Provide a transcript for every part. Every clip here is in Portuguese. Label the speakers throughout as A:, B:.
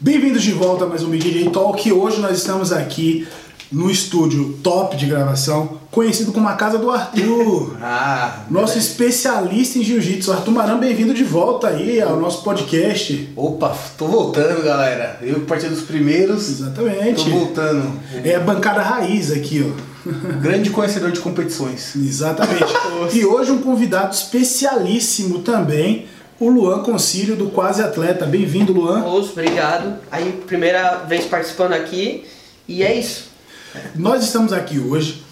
A: Bem-vindos de volta a mais um Big DJ Talk. Hoje nós estamos aqui no estúdio top de gravação, conhecido como a Casa do Arthur.
B: Ah,
A: Nosso especialista em jiu-jitsu, Arthur Maran, bem-vindo de volta aí ao nosso podcast.
B: opa, tô voltando, galera. Eu parti dos primeiros, tô
A: Exatamente.
B: voltando.
A: É a bancada raiz aqui, ó.
B: Um grande conhecedor de competições.
A: Exatamente. e hoje um convidado especialíssimo também, o Luan Concílio do Quase Atleta. Bem-vindo, Luan.
C: Ouço, obrigado. Aí, primeira vez participando aqui. E é isso.
A: Nós estamos aqui hoje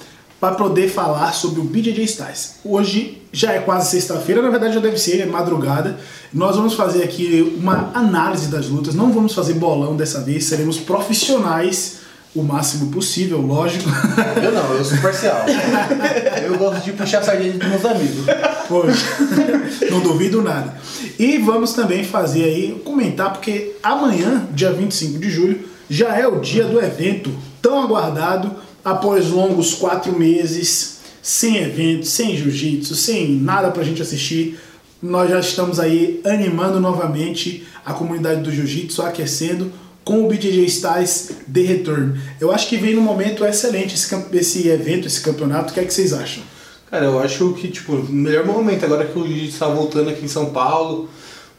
A: para poder falar sobre o BJJ Styles. Hoje já é quase sexta-feira, na verdade já deve ser, é madrugada. Nós vamos fazer aqui uma análise das lutas, não vamos fazer bolão dessa vez, seremos profissionais o máximo possível, lógico.
B: Eu não, eu sou parcial. Eu gosto de puxar a sardinha dos meus amigos.
A: Poxa, não duvido nada. E vamos também fazer aí, comentar, porque amanhã, dia 25 de julho, já é o dia do evento tão aguardado, após longos quatro meses, sem evento, sem jiu-jitsu, sem nada pra gente assistir. Nós já estamos aí animando novamente a comunidade do jiu-jitsu, aquecendo com o BJJ Styles The Return. Eu acho que vem num momento excelente esse, camp- esse evento, esse campeonato. O que é que vocês acham?
B: Cara, eu acho que, tipo, o melhor momento agora que o Jiu está voltando aqui em São Paulo,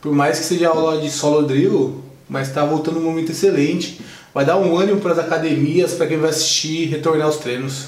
B: por mais que seja aula de solo drill, mas tá voltando um momento excelente. Vai dar um ânimo pras academias, pra quem vai assistir, retornar aos treinos.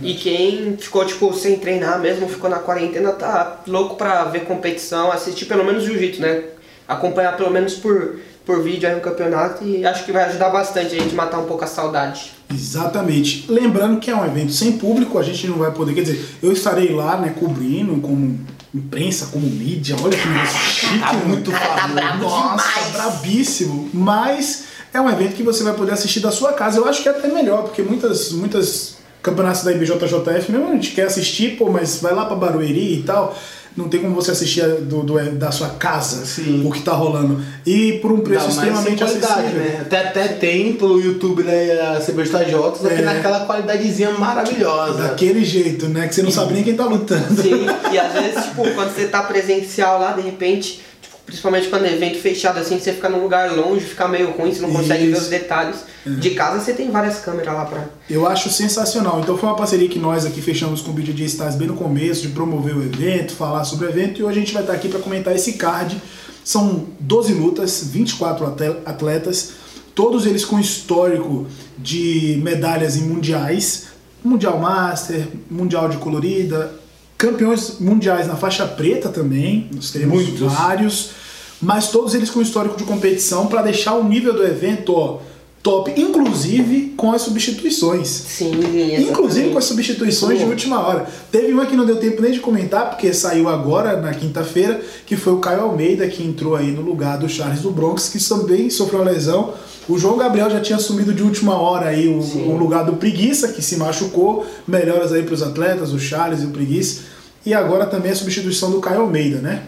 C: E quem ficou, tipo, sem treinar mesmo, ficou na quarentena, tá louco pra ver competição, assistir pelo menos jiu-jitsu, né? Acompanhar pelo menos por, por vídeo aí no campeonato e acho que vai ajudar bastante a gente matar um pouco a saudade.
A: Exatamente. Lembrando que é um evento sem público, a gente não vai poder. Quer dizer, eu estarei lá, né, cobrindo como imprensa, como mídia. Olha que negócio chique,
B: Tá
A: né?
B: muito famoso.
A: Nossa, brabíssimo. Mas é um evento que você vai poder assistir da sua casa. Eu acho que é até melhor, porque muitas, muitas campeonatos da IBJJF, mesmo a gente quer assistir, pô, mas vai lá pra Barueri e tal. Não tem como você assistir a- do, do- da sua casa
B: Sim.
A: o que tá rolando. E por um preço
B: Ainda mais sem
A: extremamente
B: qualidade,
A: acessível.
B: Né? Até, até tem pelo YouTube né, da CBJJ, só que
A: É.
B: naquela qualidadezinha maravilhosa.
A: Daquele jeito, né? Que você não sabe nem quem tá lutando.
C: Sim, e às vezes, tipo, quando você tá presencial lá, de repente, tipo, principalmente quando é evento fechado assim, você fica num lugar longe, fica meio ruim, você não consegue ver
A: Isso. Uhum.
C: os detalhes. De casa você tem várias câmeras lá pra.
A: Eu acho sensacional. Então foi uma parceria que nós aqui fechamos com o BJJ Stars bem no começo, de promover o evento, falar sobre o evento, e hoje a gente vai estar aqui para comentar esse card. São 12 lutas, 24 atle- atletas, todos eles com histórico de medalhas em mundiais, Mundial Master, Mundial de Colorida, campeões mundiais na faixa preta também, nós temos
B: Muitos.
A: vários, mas todos eles com histórico de competição para deixar o nível do evento ó, top, inclusive com as substituições.
C: Sim,
A: Inclusive
C: exatamente.
A: com as substituições de última hora. Teve uma que não deu tempo nem de comentar, porque saiu agora, na quinta-feira, que foi o Caio Almeida, que entrou aí no lugar do Charles do Bronx, que também sofreu uma lesão. O João Gabriel já tinha assumido de última hora aí o, o lugar do Preguiça, que se machucou. Melhoras aí para os atletas, o Charles e o Preguiça. E agora também a substituição do Caio Almeida, né?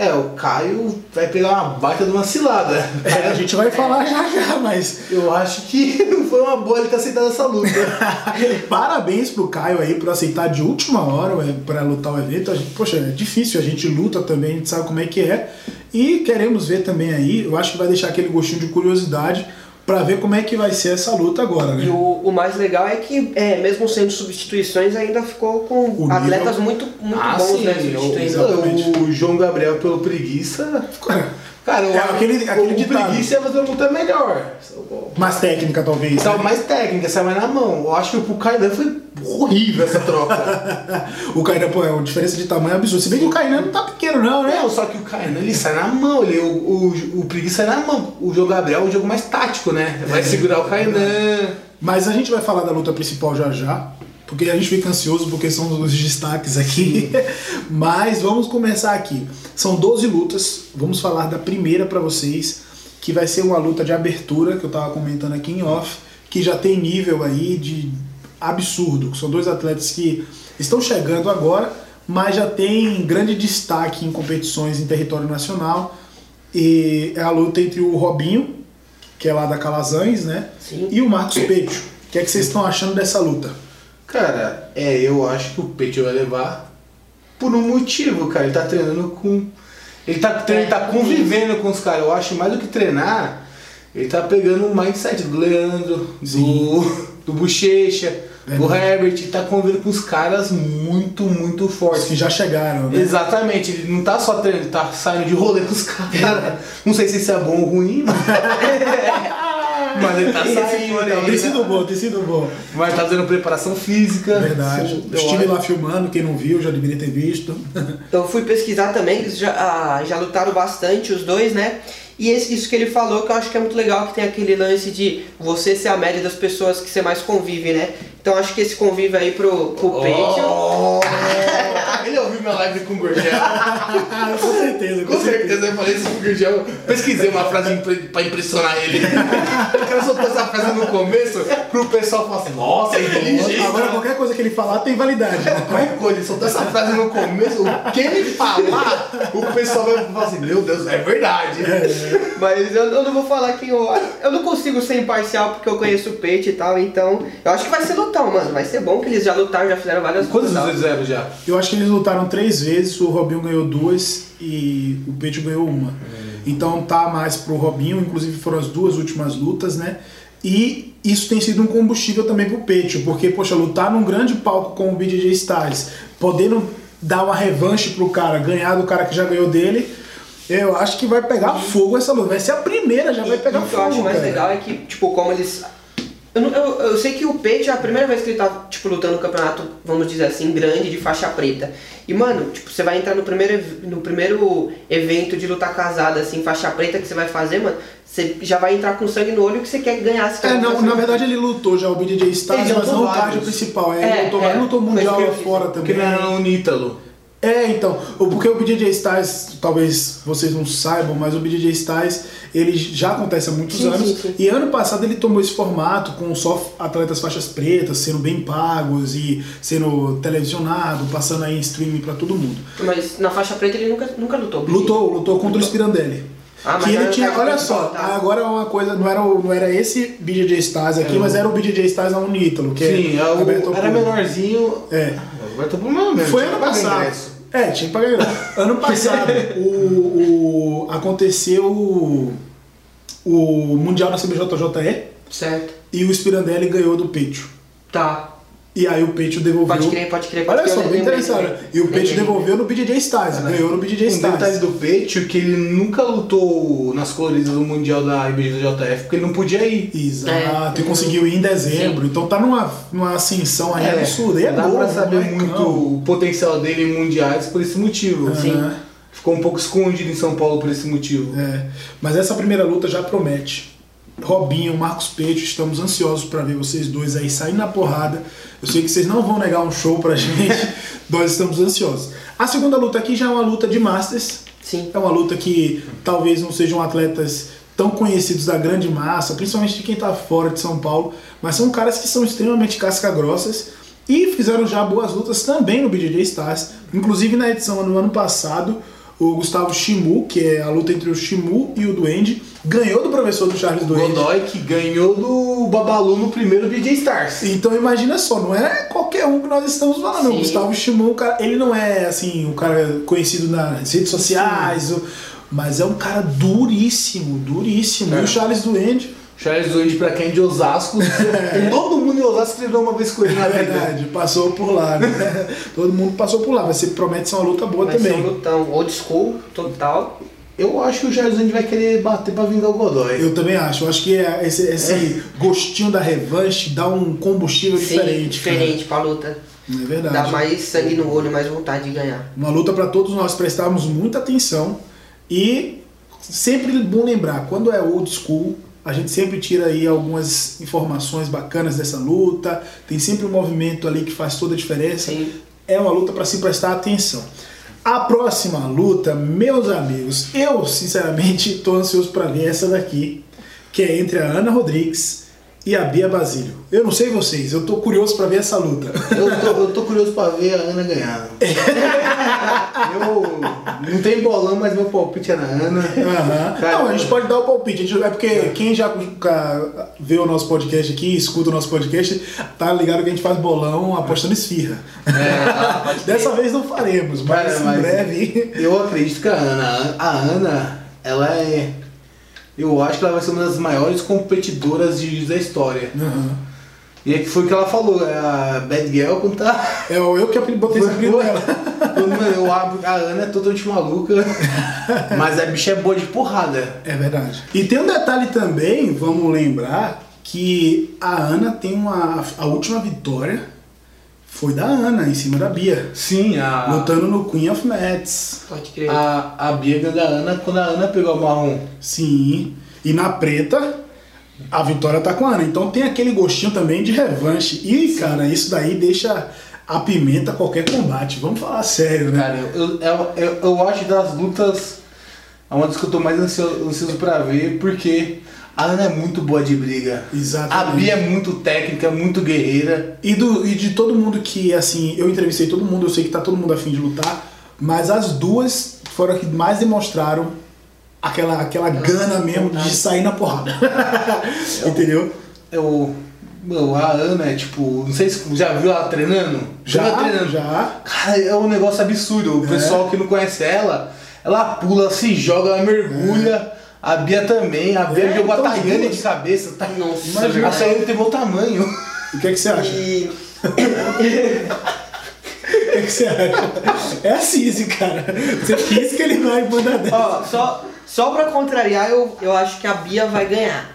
B: É, o Caio vai pegar uma baita de uma cilada.
A: a gente vai falar já já, mas
B: Eu acho que não foi uma boa ele ter aceitado essa luta.
A: Parabéns pro Caio aí por aceitar de última hora ué, pra lutar o evento. A gente- poxa, é difícil, a gente luta também, a gente sabe como é que é. E queremos ver também aí, eu acho que vai deixar aquele gostinho de curiosidade pra ver como é que vai ser essa luta agora, né?
C: E o, o mais legal é que, é, mesmo sendo substituições, ainda ficou com
A: nível-
C: atletas muito, muito
A: Ah,
B: Ah,
C: bons, né? Substituindo.
B: o, o João Gabriel pelo preguiça. Cara, eu
A: É,
B: acho
A: aquele-
B: que
A: aquele
B: o
A: ditado.
B: preguiça ia fazer uma luta melhor.
A: Mais técnica, talvez.
B: Saiu
A: né?
B: mais técnica, saiu mais na mão. Eu acho que pro Caio foi horrível essa troca.
A: O Kainan, pô, é uma diferença de tamanho absurda. Se bem que o Kainan não tá pequeno, não, né?
B: Não, É, só que o Kainan ele sai na mão, ele, o, o, o Preguiça sai na mão. O jogo Gabriel é um jogo mais tático, né? Vai segurar o né? Kainan.
A: Mas a gente vai falar da luta principal já já, porque a gente fica ansioso porque são os destaques aqui. Mas vamos começar aqui. São 12 lutas, vamos falar da primeira pra vocês, que vai ser uma luta de abertura, que eu tava comentando aqui em off, que já tem nível aí de absurdo. São dois atletas que estão chegando agora, mas já tem grande destaque em competições em território nacional. E é a luta entre o Robinho, que é lá da Calazans, né?
C: Sim.
A: E o Marcos Pecho. O que é que vocês estão achando dessa luta?
B: Cara, é, eu acho que o Peixe vai levar por um motivo, cara. Ele tá É. treinando com. Ele tá, tre- ele tá convivendo com os caras. Eu acho mais do que treinar. Ele tá pegando o mindset do Leandro, do, do Bochecha, do
A: Verdade.
B: Herbert, e tá convivendo com os caras muito, muito
A: Os
B: fortes.
A: que já chegaram, né?
B: Exatamente, ele não tá só treinando, ele tá saindo de rolê com os caras. Não sei se isso é bom ou ruim, mas. mas ele tá
C: Esse
B: saindo.
C: foi,
B: tá
A: Tem
B: ligado?
A: sido bom, tem sido bom.
B: Mas tá fazendo preparação física.
A: Verdade.
B: Eu
A: Estive
B: acho.
A: lá filmando, quem não viu já deveria ter visto.
C: Então, Eu fui pesquisar também, eles já, ah, já lutaram bastante os dois, né? E esse- isso que ele falou que eu acho que é muito legal, que tem aquele lance de você ser a média das pessoas que você mais convive, né? Então acho que esse convívio aí pro, pro Patreon.
B: Oh! Ele ouviu minha live com o Gurgel.
A: Ah, com certeza,
B: Com certeza eu falei isso com o Gurgel. Pesquisei uma frase impre- pra impressionar ele. O cara soltou essa frase no começo pro pessoal falar assim: Nossa, é inteligente.
A: Agora qualquer coisa que ele falar tem validade. né?
B: Qualquer coisa, é ele soltou essa frase no começo, o que ele falar, o pessoal vai falar assim, meu Deus, é verdade.
A: é.
C: Mas eu, eu não vou falar que eu. Eu não consigo ser imparcial porque eu conheço o Pete e tal, então. Eu acho que vai ser lutão, mano. Vai ser bom que eles já lutaram, já fizeram várias
B: Quantos
C: lutas.
B: vocês fizeram já?
A: Eu acho que eles lutaram três vezes, o Robinho ganhou duas e o Pedro ganhou uma.
C: É.
A: Então tá mais pro Robinho, inclusive foram as duas últimas lutas, né? E isso tem sido um combustível também pro Pecho, porque, poxa, lutar num grande palco com o BJJ Styles, podendo dar uma revanche pro cara, ganhar do cara que já ganhou dele, eu acho que vai pegar fogo essa luta. Vai ser a primeira, já Então, vai pegar
C: o que eu
A: fogo.
C: acho mais
A: cara.
C: legal é que, tipo, como eles. Eu, não- eu, eu sei que o Pete é a primeira vez que ele tá, tipo, lutando no campeonato, vamos dizer assim, grande de faixa preta. E, mano, tipo, você vai entrar no primeiro, ev- no primeiro evento de luta casada, assim, faixa preta que você vai fazer, mano, você já vai entrar com sangue no olho que você quer assim. ganhar esse
A: É, não,
C: campeonato.
A: na verdade ele lutou já o BJJ Styles,
B: Ele
A: mas não
B: lutou
A: o card
B: vários.
A: principal. É,
C: É,
A: ele lutou,
C: é.
A: ele lutou
C: Foi
A: mundial
C: isso que
A: lá
C: eu fiz.
A: fora
B: Porque
A: também.
B: não era um Ítalo.
A: É, então, o- porque o BJJ Styles, talvez vocês não saibam, mas o BJJ Styles, ele já acontece há muitos
C: Sim,
A: anos.
C: sim, sim.
A: E ano passado ele tomou esse formato com só atletas faixas pretas sendo bem pagos e sendo televisionado, passando aí em streaming pra todo mundo.
C: Mas na faixa preta ele nunca, nunca lutou.
A: Lutou, lutou contra o Spirandelli.
C: Ah, mas
A: que ele
C: era o
A: tinha,
C: cara
A: olha
C: que
A: só,
C: voltava.
A: agora é uma coisa, não era, o- não era esse BJJ Stars aqui, mas era o BJJ Stars na Unítalo, que
B: Sim,
A: é
B: é o-
A: aberto ao
B: era
A: público.
B: menorzinho.
A: É.
B: Agora tô problema mesmo.
A: Foi
B: tinha
A: ano
B: que pagar
A: passado.
B: ingresso.
A: É, tinha que pagar ingresso. Ano passado, o, o- aconteceu o, o Mundial na CBJJE
C: Certo.
A: e o Spirandelli ganhou do Pecho.
C: Tá.
A: E aí o Pecho devolveu.
C: Pode crer, pode crer. pode
A: Olha
C: crer,
A: só,
C: eu
A: bem
C: lembrei,
A: interessante. né?
C: lembrei.
A: E o Pecho
C: Lembrei,
A: devolveu no BJJ Styles, ganhou no BJJ
B: Um detalhe
A: Styles.
B: do Peito que ele nunca lutou nas coloridas do Mundial da IBJJF, porque ele não podia ir.
A: Exato,
C: É.
A: e conseguiu ir em dezembro. Então tá numa, numa ascensão aí absurda. E é
B: dá
A: novo,
B: pra saber
A: molecão.
B: muito o potencial dele em mundiais por esse motivo.
A: Sim.
B: Ficou um pouco escondido em São Paulo por esse motivo.
A: É, mas essa primeira luta já promete. Robinho, Marcos Peixe, estamos ansiosos para ver vocês dois aí saindo na porrada. Eu sei que vocês não vão negar um show pra gente, nós estamos ansiosos. A segunda luta aqui já é uma luta de Masters.
C: Sim.
A: É uma luta que talvez não sejam atletas tão conhecidos da grande massa, principalmente de quem tá fora de São Paulo, mas são caras que são extremamente casca-grossas e fizeram já boas lutas também no BJJ Stars. Inclusive na edição no ano passado, o Gustavo Shimu, que é a luta entre o Shimu e o Duende, ganhou do professor do Charles
B: O
A: Duende.
B: Godoy que ganhou do Babalu no primeiro BJ Stars.
A: Então imagina só, não é qualquer um que nós estamos falando. O
C: Sim.
A: Gustavo Shimon, o cara, ele não é assim, um cara conhecido nas redes sociais, o- mas é um cara duríssimo, duríssimo.
B: É.
A: E o Charles Duende,
B: Charles Duende, pra quem é de Osasco, todo mundo em Osasco treinou uma vez com ele
C: É
B: na
A: na
B: verdade.
A: verdade, passou por lá, né? Todo mundo passou por lá, mas você promete ser uma luta boa
C: Vai ser um
A: também.
C: lutão. Old school, total.
B: Eu acho que o Charles Duende vai querer bater pra vingar o Godoy.
A: Eu também acho, eu acho que é esse, esse gostinho da revanche dá um combustível
C: Sim,
A: diferente.
C: diferente pra luta.
A: Cara. É verdade.
C: Dá mais sangue no olho, mais vontade de ganhar.
A: Uma luta para todos nós prestarmos muita atenção e sempre bom lembrar, quando é old school, a gente sempre tira aí algumas informações bacanas dessa luta, tem sempre um movimento ali que faz toda a diferença.
C: Sim.
A: É uma luta para se prestar atenção. A próxima luta, meus amigos, eu sinceramente tô ansioso para ver essa daqui, que é entre a Ana Rodrigues e a Bia Basílio. Eu não sei vocês, eu tô curioso para ver essa luta.
B: Eu tô, eu tô curioso pra ver a Ana ganhar. Eu, não tem bolão, mas meu palpite é na Ana.
A: Aham.
B: Cara,
A: não, a gente pode dar o palpite. A gente- é porque quem já ca- vê o nosso podcast aqui, escuta o nosso podcast, tá ligado que a gente faz bolão apostando esfirra. Dessa vez não faremos, mas
B: Cara,
A: em
B: mas-
A: breve.
B: Eu acredito que a Ana, a Ana, ela é eu acho que ela vai ser uma das maiores competidoras de jiu-jitsu da história.
A: Aham.
B: E é que foi o que ela falou, é a Bad Girl quando tá.
A: É o eu que apri- botei esse apelido nela.
B: Quando, mano, eu abro, a Ana é totalmente maluca, mas a bicha é boa de porrada.
A: É verdade. E tem um detalhe também, vamos lembrar, que a Ana tem uma. A última vitória foi da Ana, em cima da Bia.
B: Sim, a.
A: Lutando no Queen of Mets.
C: Pode crer.
B: A, a Bia ganhou da Ana quando a Ana pegou a marrom.
A: Sim. E na preta, a vitória tá com a Ana. Então tem aquele gostinho também de revanche. E, cara, isso daí deixa a pimenta qualquer combate. Vamos falar sério, né?
B: Cara, eu, eu, eu, eu acho das lutas é uma das que eu tô mais ansioso, ansioso pra ver, porque a Ana é muito boa de briga.
A: Exatamente.
B: A Bia é muito técnica, muito guerreira.
A: E, do, e de todo mundo que, assim, eu entrevistei todo mundo, eu sei que tá todo mundo afim de lutar, mas as duas foram as que mais demonstraram aquela, aquela gana mesmo de sair na porrada. Entendeu?
B: Eu, É meu, a Ana é tipo, não sei se já viu ela treinando? viu ela
A: Já,
B: treinando?
A: já.
B: Cara, é um negócio absurdo. O pessoal que não conhece ela, ela pula, se joga, ela mergulha. A Bia também. A Bia
A: É,
B: jogou
A: então
B: a Tayane
A: duas.
B: de cabeça. Tá...
C: Nossa,
B: Imagina, a
C: verdade.
B: Tayane tem bom tamanho.
A: O que é que você acha?
C: E
A: O que é que você acha? É assim esse cara. Você quis que ele vai mandar dela.
C: Ó, só, só pra contrariar, eu, eu acho que a Bia vai ganhar.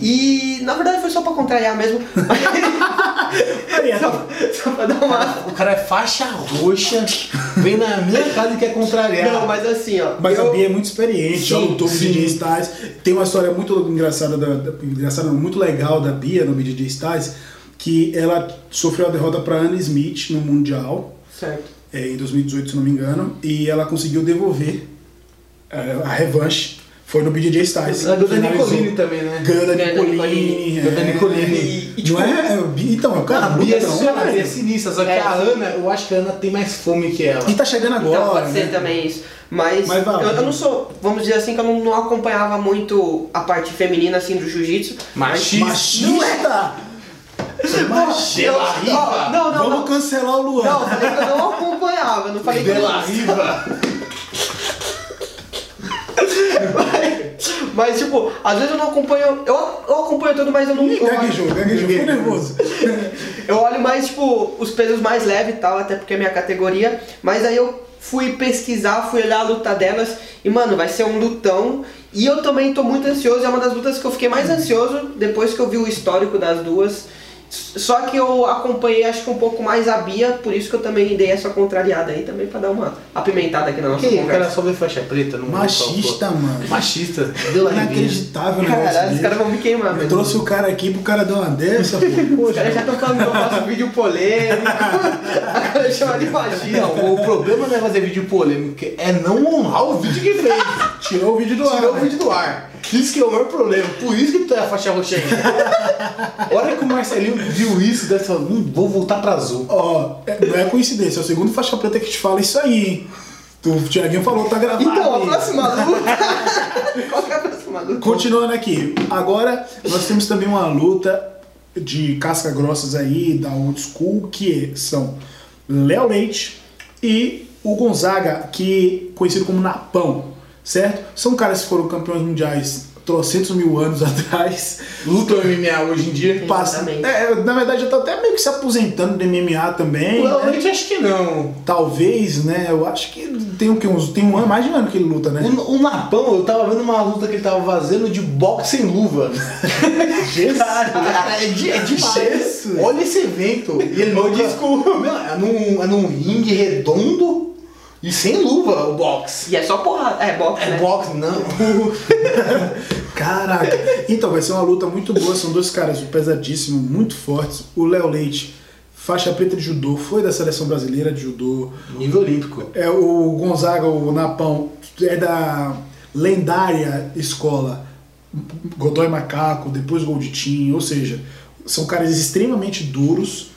C: E na verdade foi só pra contrariar mesmo.
A: Aí, é.
C: só, só pra dar uma.
B: O cara é faixa roxa, vem na minha casa e quer contrariar.
C: Não, mas assim, ó.
A: Mas
C: eu-
A: a Bia é muito experiente, já
B: Sim,
A: lutou com o
B: sim.
A: DJ Styles. Tem uma história muito engraçada, da, da- engraçada não, muito legal da Bia no DJ Styles, que ela sofreu a derrota para Anne Smith no Mundial,
C: Certo.
A: eh, em 2018, se não me engano, e ela conseguiu devolver eh, a revanche. Foi no BJ Styles.
B: Ela ganhou da
A: Finalizou.
B: Nicolini também, né?
A: Ganhou da
C: Ganhou da
A: Nicolini.
C: Nicolini.
A: é.
B: Ganhou da Nicolini.
A: E, e, não é? é, Bia- Então, cara, né?
B: A Bia é,
A: bruta, não,
B: sinistra, a Bia é
A: velho.
B: sinistra, só que
C: É.
B: a Ana, eu acho que a Ana tem mais fome que ela.
A: E tá chegando agora.
C: então pode ser
A: né?
C: também isso. Mas,
A: Mas vai lá.
C: eu, eu não sou, vamos dizer assim, que eu não, não acompanhava muito a parte feminina assim do jiu-jitsu.
B: Machista.
C: Não é.
A: Machista! Machista!
B: Dela Riva!
C: Ó, não, não,
A: Vamos
C: não.
A: cancelar o Luan.
C: Não, eu falei que eu não acompanhava, eu não falei que eu
B: Dela
C: não...
B: Riva!
C: Mas tipo, às vezes eu não acompanho. Eu, eu acompanho tudo, mas eu não.
A: Ih,
C: eu olho-
A: Gaguejou, gaguejou, ficou nervoso.
C: Eu olho mais, tipo, os pesos mais leves e tal, até porque é minha categoria. Mas aí eu fui pesquisar, fui olhar a luta delas e, mano, vai ser um lutão. E eu também tô muito ansioso, é uma das lutas que eu fiquei mais ansioso depois que eu vi o histórico das duas. S- Só que eu acompanhei, acho que um pouco mais a Bia, por isso que eu também dei essa contrariada aí também pra dar uma apimentada aqui na
B: Que?
C: nossa
B: O cara
C: conversa.
B: só vê faixa preta, não
A: Machista, mano.
B: Machista, Dela Riva.
A: Inacreditável o negócio
C: Caralho, os
A: desse.
C: caras vão me queimar,
A: Eu
C: velho.
A: trouxe o cara aqui pro cara dar uma dessa, pô.
C: Os caras já estão falando que eu faço um vídeo polêmico. Agora chama de magia.
B: Não, o problema não é fazer vídeo polêmico, é não honrar o vídeo que fez.
A: Tirou o vídeo do ar.
B: Tirou o
A: né?
B: vídeo do ar. Isso que é o maior problema. Por isso que tu é a faixa roxa ainda. A hora que o Marcelinho viu isso, deve falar, hum, vou voltar pra azul.
A: Ó, é- não é coincidência, é o segundo faixa preta que te fala isso aí, hein? Tu, o Tiaguinho falou, tá gravado.
C: Então, a
A: hein?
C: próxima luta. Qual que é a próxima luta?
A: Continuando aqui, agora nós temos também uma luta de casca grossas aí da old school que é, são Léo Leite e o Gonzaga, que conhecido como Napão, certo? São caras que foram campeões mundiais trocentos mil anos atrás.
B: Luta o MMA hoje em dia.
A: Passa-
C: Exatamente.
A: é, na verdade, eu tô até meio que se aposentando do MMA também. né?
B: Realmente acho que não.
A: Talvez, né? Eu acho que tem o que uns tem um ano, mais de um ano que ele luta, né?
B: O, o Napão, eu tava vendo uma luta que ele tava fazendo de boxe sem luva. Cara, é, de, é demais.
A: Jesus.
B: Olha esse evento. E ele
A: Não
B: nunca-
A: desculpa.
B: Não, é, num, é num ringue redondo e sem luva o boxe.
C: E é só porrada. É boxe,
B: É
C: né?
B: boxe, não.
A: Caraca! Então, vai ser uma luta muito boa. São dois caras pesadíssimos, muito fortes. O Léo Leite, faixa preta de judô, foi da seleção brasileira de judô.
B: Nível olímpico.
A: É, o Gonzaga, o Napão, é da lendária escola Godoy Macaco, depois Golditinho. Ou seja, são caras extremamente duros,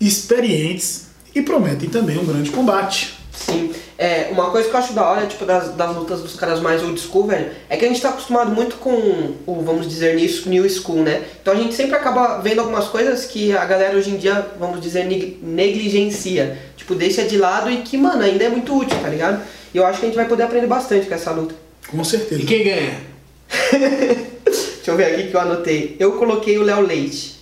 A: experientes e prometem também um grande combate.
C: Sim. É, uma coisa que eu acho da hora, tipo, das, das lutas dos caras mais old school, velho, é que a gente tá acostumado muito com o, vamos dizer, nisso, new school, né? Então a gente sempre acaba vendo algumas coisas que a galera hoje em dia, vamos dizer, neg- negligencia. Tipo, deixa de lado e que, mano, ainda é muito útil, tá ligado? E eu acho que a gente vai poder aprender bastante com essa luta.
A: Com certeza.
B: E quem ganha?
C: Deixa eu ver aqui que eu anotei. Eu coloquei o Léo Leite.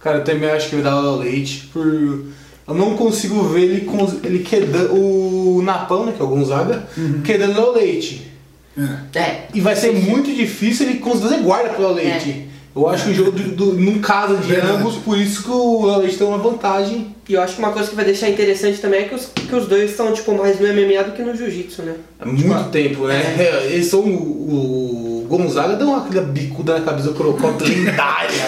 B: Cara, eu também acho que vai dar o leite por. Eu não consigo ver ele, cons- ele quedando. O Napão, né? Que é o Gonzaga, quedando o leite.
A: É.
C: É.
B: E vai ser muito difícil ele conseguir fazer guarda pro Léo Leite. Eu acho que o jogo do, do, não casa de
A: Verdade.
B: ambos, por isso que o Léo Leite tem uma vantagem.
C: E eu acho que uma coisa que vai deixar interessante também é que os, que os dois são, tipo, mais no MMA do que no jiu-jitsu, né?
B: Há É muito tempo, né? Eles são o, o Gonzaga deu uma aquela bicuda na cabeça do Crocop lendária.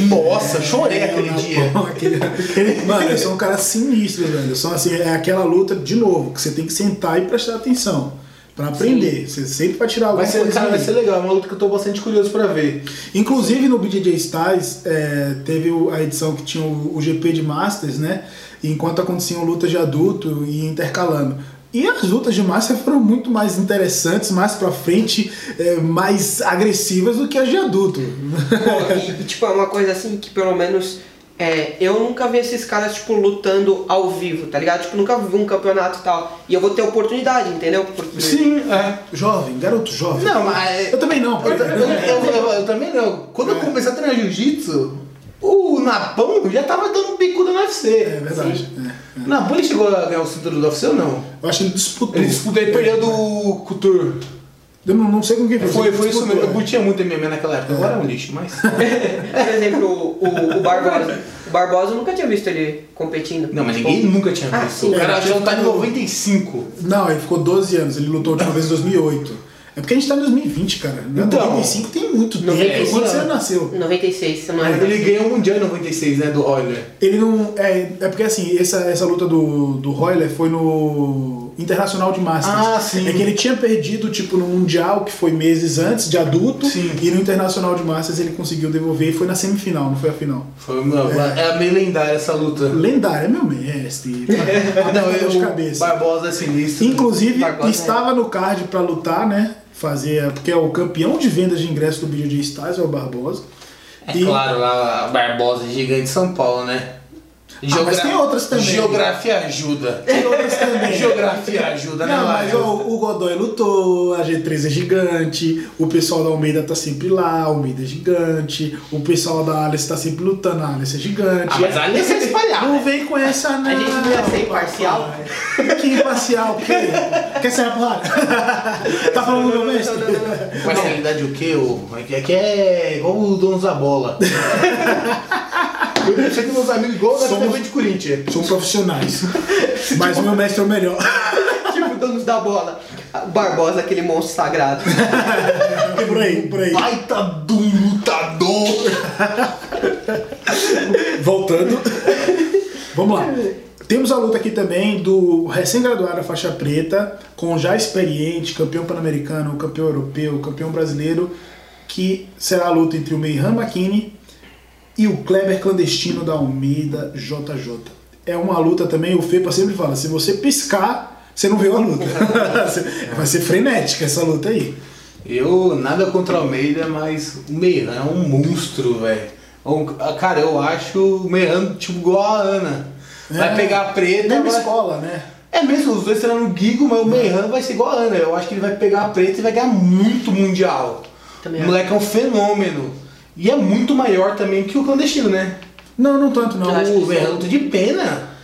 B: Nossa, chorei é aquele
A: Não,
B: dia.
A: não, aquele- aquele- Mano, eles são caras sinistros, velho. São assim, é aquela luta, de novo, que você tem que sentar e prestar atenção. Pra aprender. Você sempre vai tirar alguma
B: Vai ser,
A: coisa
B: cara, vai
A: ali.
B: ser legal, é uma luta que eu tô bastante curioso pra ver.
A: Inclusive no BJJ Styles é, teve o- a edição que tinha o, o GP de Masters, né? E Enquanto aconteciam lutas de adulto e intercalando. E as lutas de Masters foram muito mais interessantes, mais pra frente, é, mais agressivas do que as de adulto.
C: Bom, e, e, tipo, é uma coisa assim que pelo menos é, eu nunca vi esses caras, tipo, lutando ao vivo, tá ligado? Tipo, nunca vi um campeonato e tal. E eu vou ter oportunidade, entendeu? Porque
B: Sim, é.
A: Jovem, garoto jovem.
B: Não, mas.
A: Eu também não. pô.
B: Eu, eu- eu- eu também não. Quando
A: É.
B: eu comecei a treinar jiu-jitsu, o Napão já tava dando bicuda no UFC.
A: É verdade. é.
B: O Napão ele chegou a ganhar o cinturão do UFC ou não?
A: Eu acho que ele disputou.
B: Ele disputou e perdeu do Couture.
A: Eu não, não sei com quem foi.
B: Foi,
A: ele
B: foi isso
A: disputou,
B: mesmo. Eu
A: é.
B: curtia muito MMA naquela época. Agora é um lixo, mas.
C: Por exemplo, o, o- o Barbosa. O Barbosa eu nunca tinha visto ele competindo.
B: Não, mas
C: Tipo,
B: ninguém nunca tinha
C: Ah,
B: visto.
C: sim.
B: o cara
A: É,
B: já tá em
A: eu-
B: 95.
A: Não, ele ficou 12 anos. Ele lutou a última vez em 2008. É porque a gente tá em 2020, cara.
B: Então.
A: 95 tem muito tempo.
C: 95
A: Quando você
B: anos.
A: nasceu?
C: 96, se não é.
B: Ele ganhou o Mundial em 96, né? Do Euler.
A: Ele não. É, é porque assim, essa, essa luta do, do Royler foi no Internacional de Masters.
B: Ah, sim.
A: É que ele tinha perdido, tipo, no Mundial, que foi meses antes, de adulto.
B: Sim.
A: E no Internacional de Masters ele conseguiu devolver e foi na semifinal, não foi a final.
B: Foi uma. É meio lendária essa luta.
A: Lendário, é meu mestre.
B: Não,
A: Dor É, de
B: eu-
A: cabeça.
B: Barbosa é sinistro.
A: Inclusive,
B: Tá
C: Agora, né?
A: estava no card pra lutar, né? Fazer, porque é o campeão de vendas de ingresso do BJJ Stars, é o Barbosa.
B: É claro, lá a Barbosa é gigante de São Paulo, né?
A: mas tem outras também.
B: Geografia ajuda.
A: tem outras também.
B: Geografia ajuda, né,
A: Não, mas
B: Mário?
A: ó, o Godoy lutou, a G3 é gigante, o pessoal da Almeida tá sempre lá, a Almeida é gigante, o pessoal da Alice tá sempre lutando, a Alice é gigante.
B: Ah, mas a Alice é espalhada.
A: Não vem com essa, não.
C: gente não ia ser imparcial?
A: papai. Que imparcial, o quê? Quer ser a porrada? Tá falando do meu mestre?
C: Não, não, não, não.
B: Mas na realidade o que? O... É que- é que é igual o dono da bola. Eu deixei com meus amigos igual da
A: Somos-
B: TV de Corinthians.
A: São profissionais. um Mas o meu mestre é o melhor.
C: Tipo, donos da bola. O Barbosa, aquele monstro sagrado.
A: por aí, por aí.
B: Baita do lutador.
A: Voltando. Vamos lá. Temos a luta aqui também do recém-graduado da faixa preta, com já experiente, campeão pan-americano, campeão europeu, campeão brasileiro, que será a luta entre o Meihan Makini e o Kleber clandestino da Almeida JJ. É uma luta também, o Fepa sempre fala, se você piscar, você não viu a luta. Vai ser frenética essa luta aí.
B: Eu nada contra o Almeida, mas o Meiran é um monstro, velho. É um- Cara, eu acho o Meiran tipo igual a Ana. Vai
A: É.
B: pegar a preta.
A: Mesma
B: vai-
A: escola, né?
B: É mesmo, os dois serão no Gigo, mas o Meihan vai ser igual a Ana. Eu acho que ele vai pegar a preta e vai ganhar muito mundial.
C: Também
B: o moleque é um fenômeno. E é muito maior também que o clandestino, né?
A: Não, não tanto não.
C: Eu acho que
B: O Meihan luta de pena.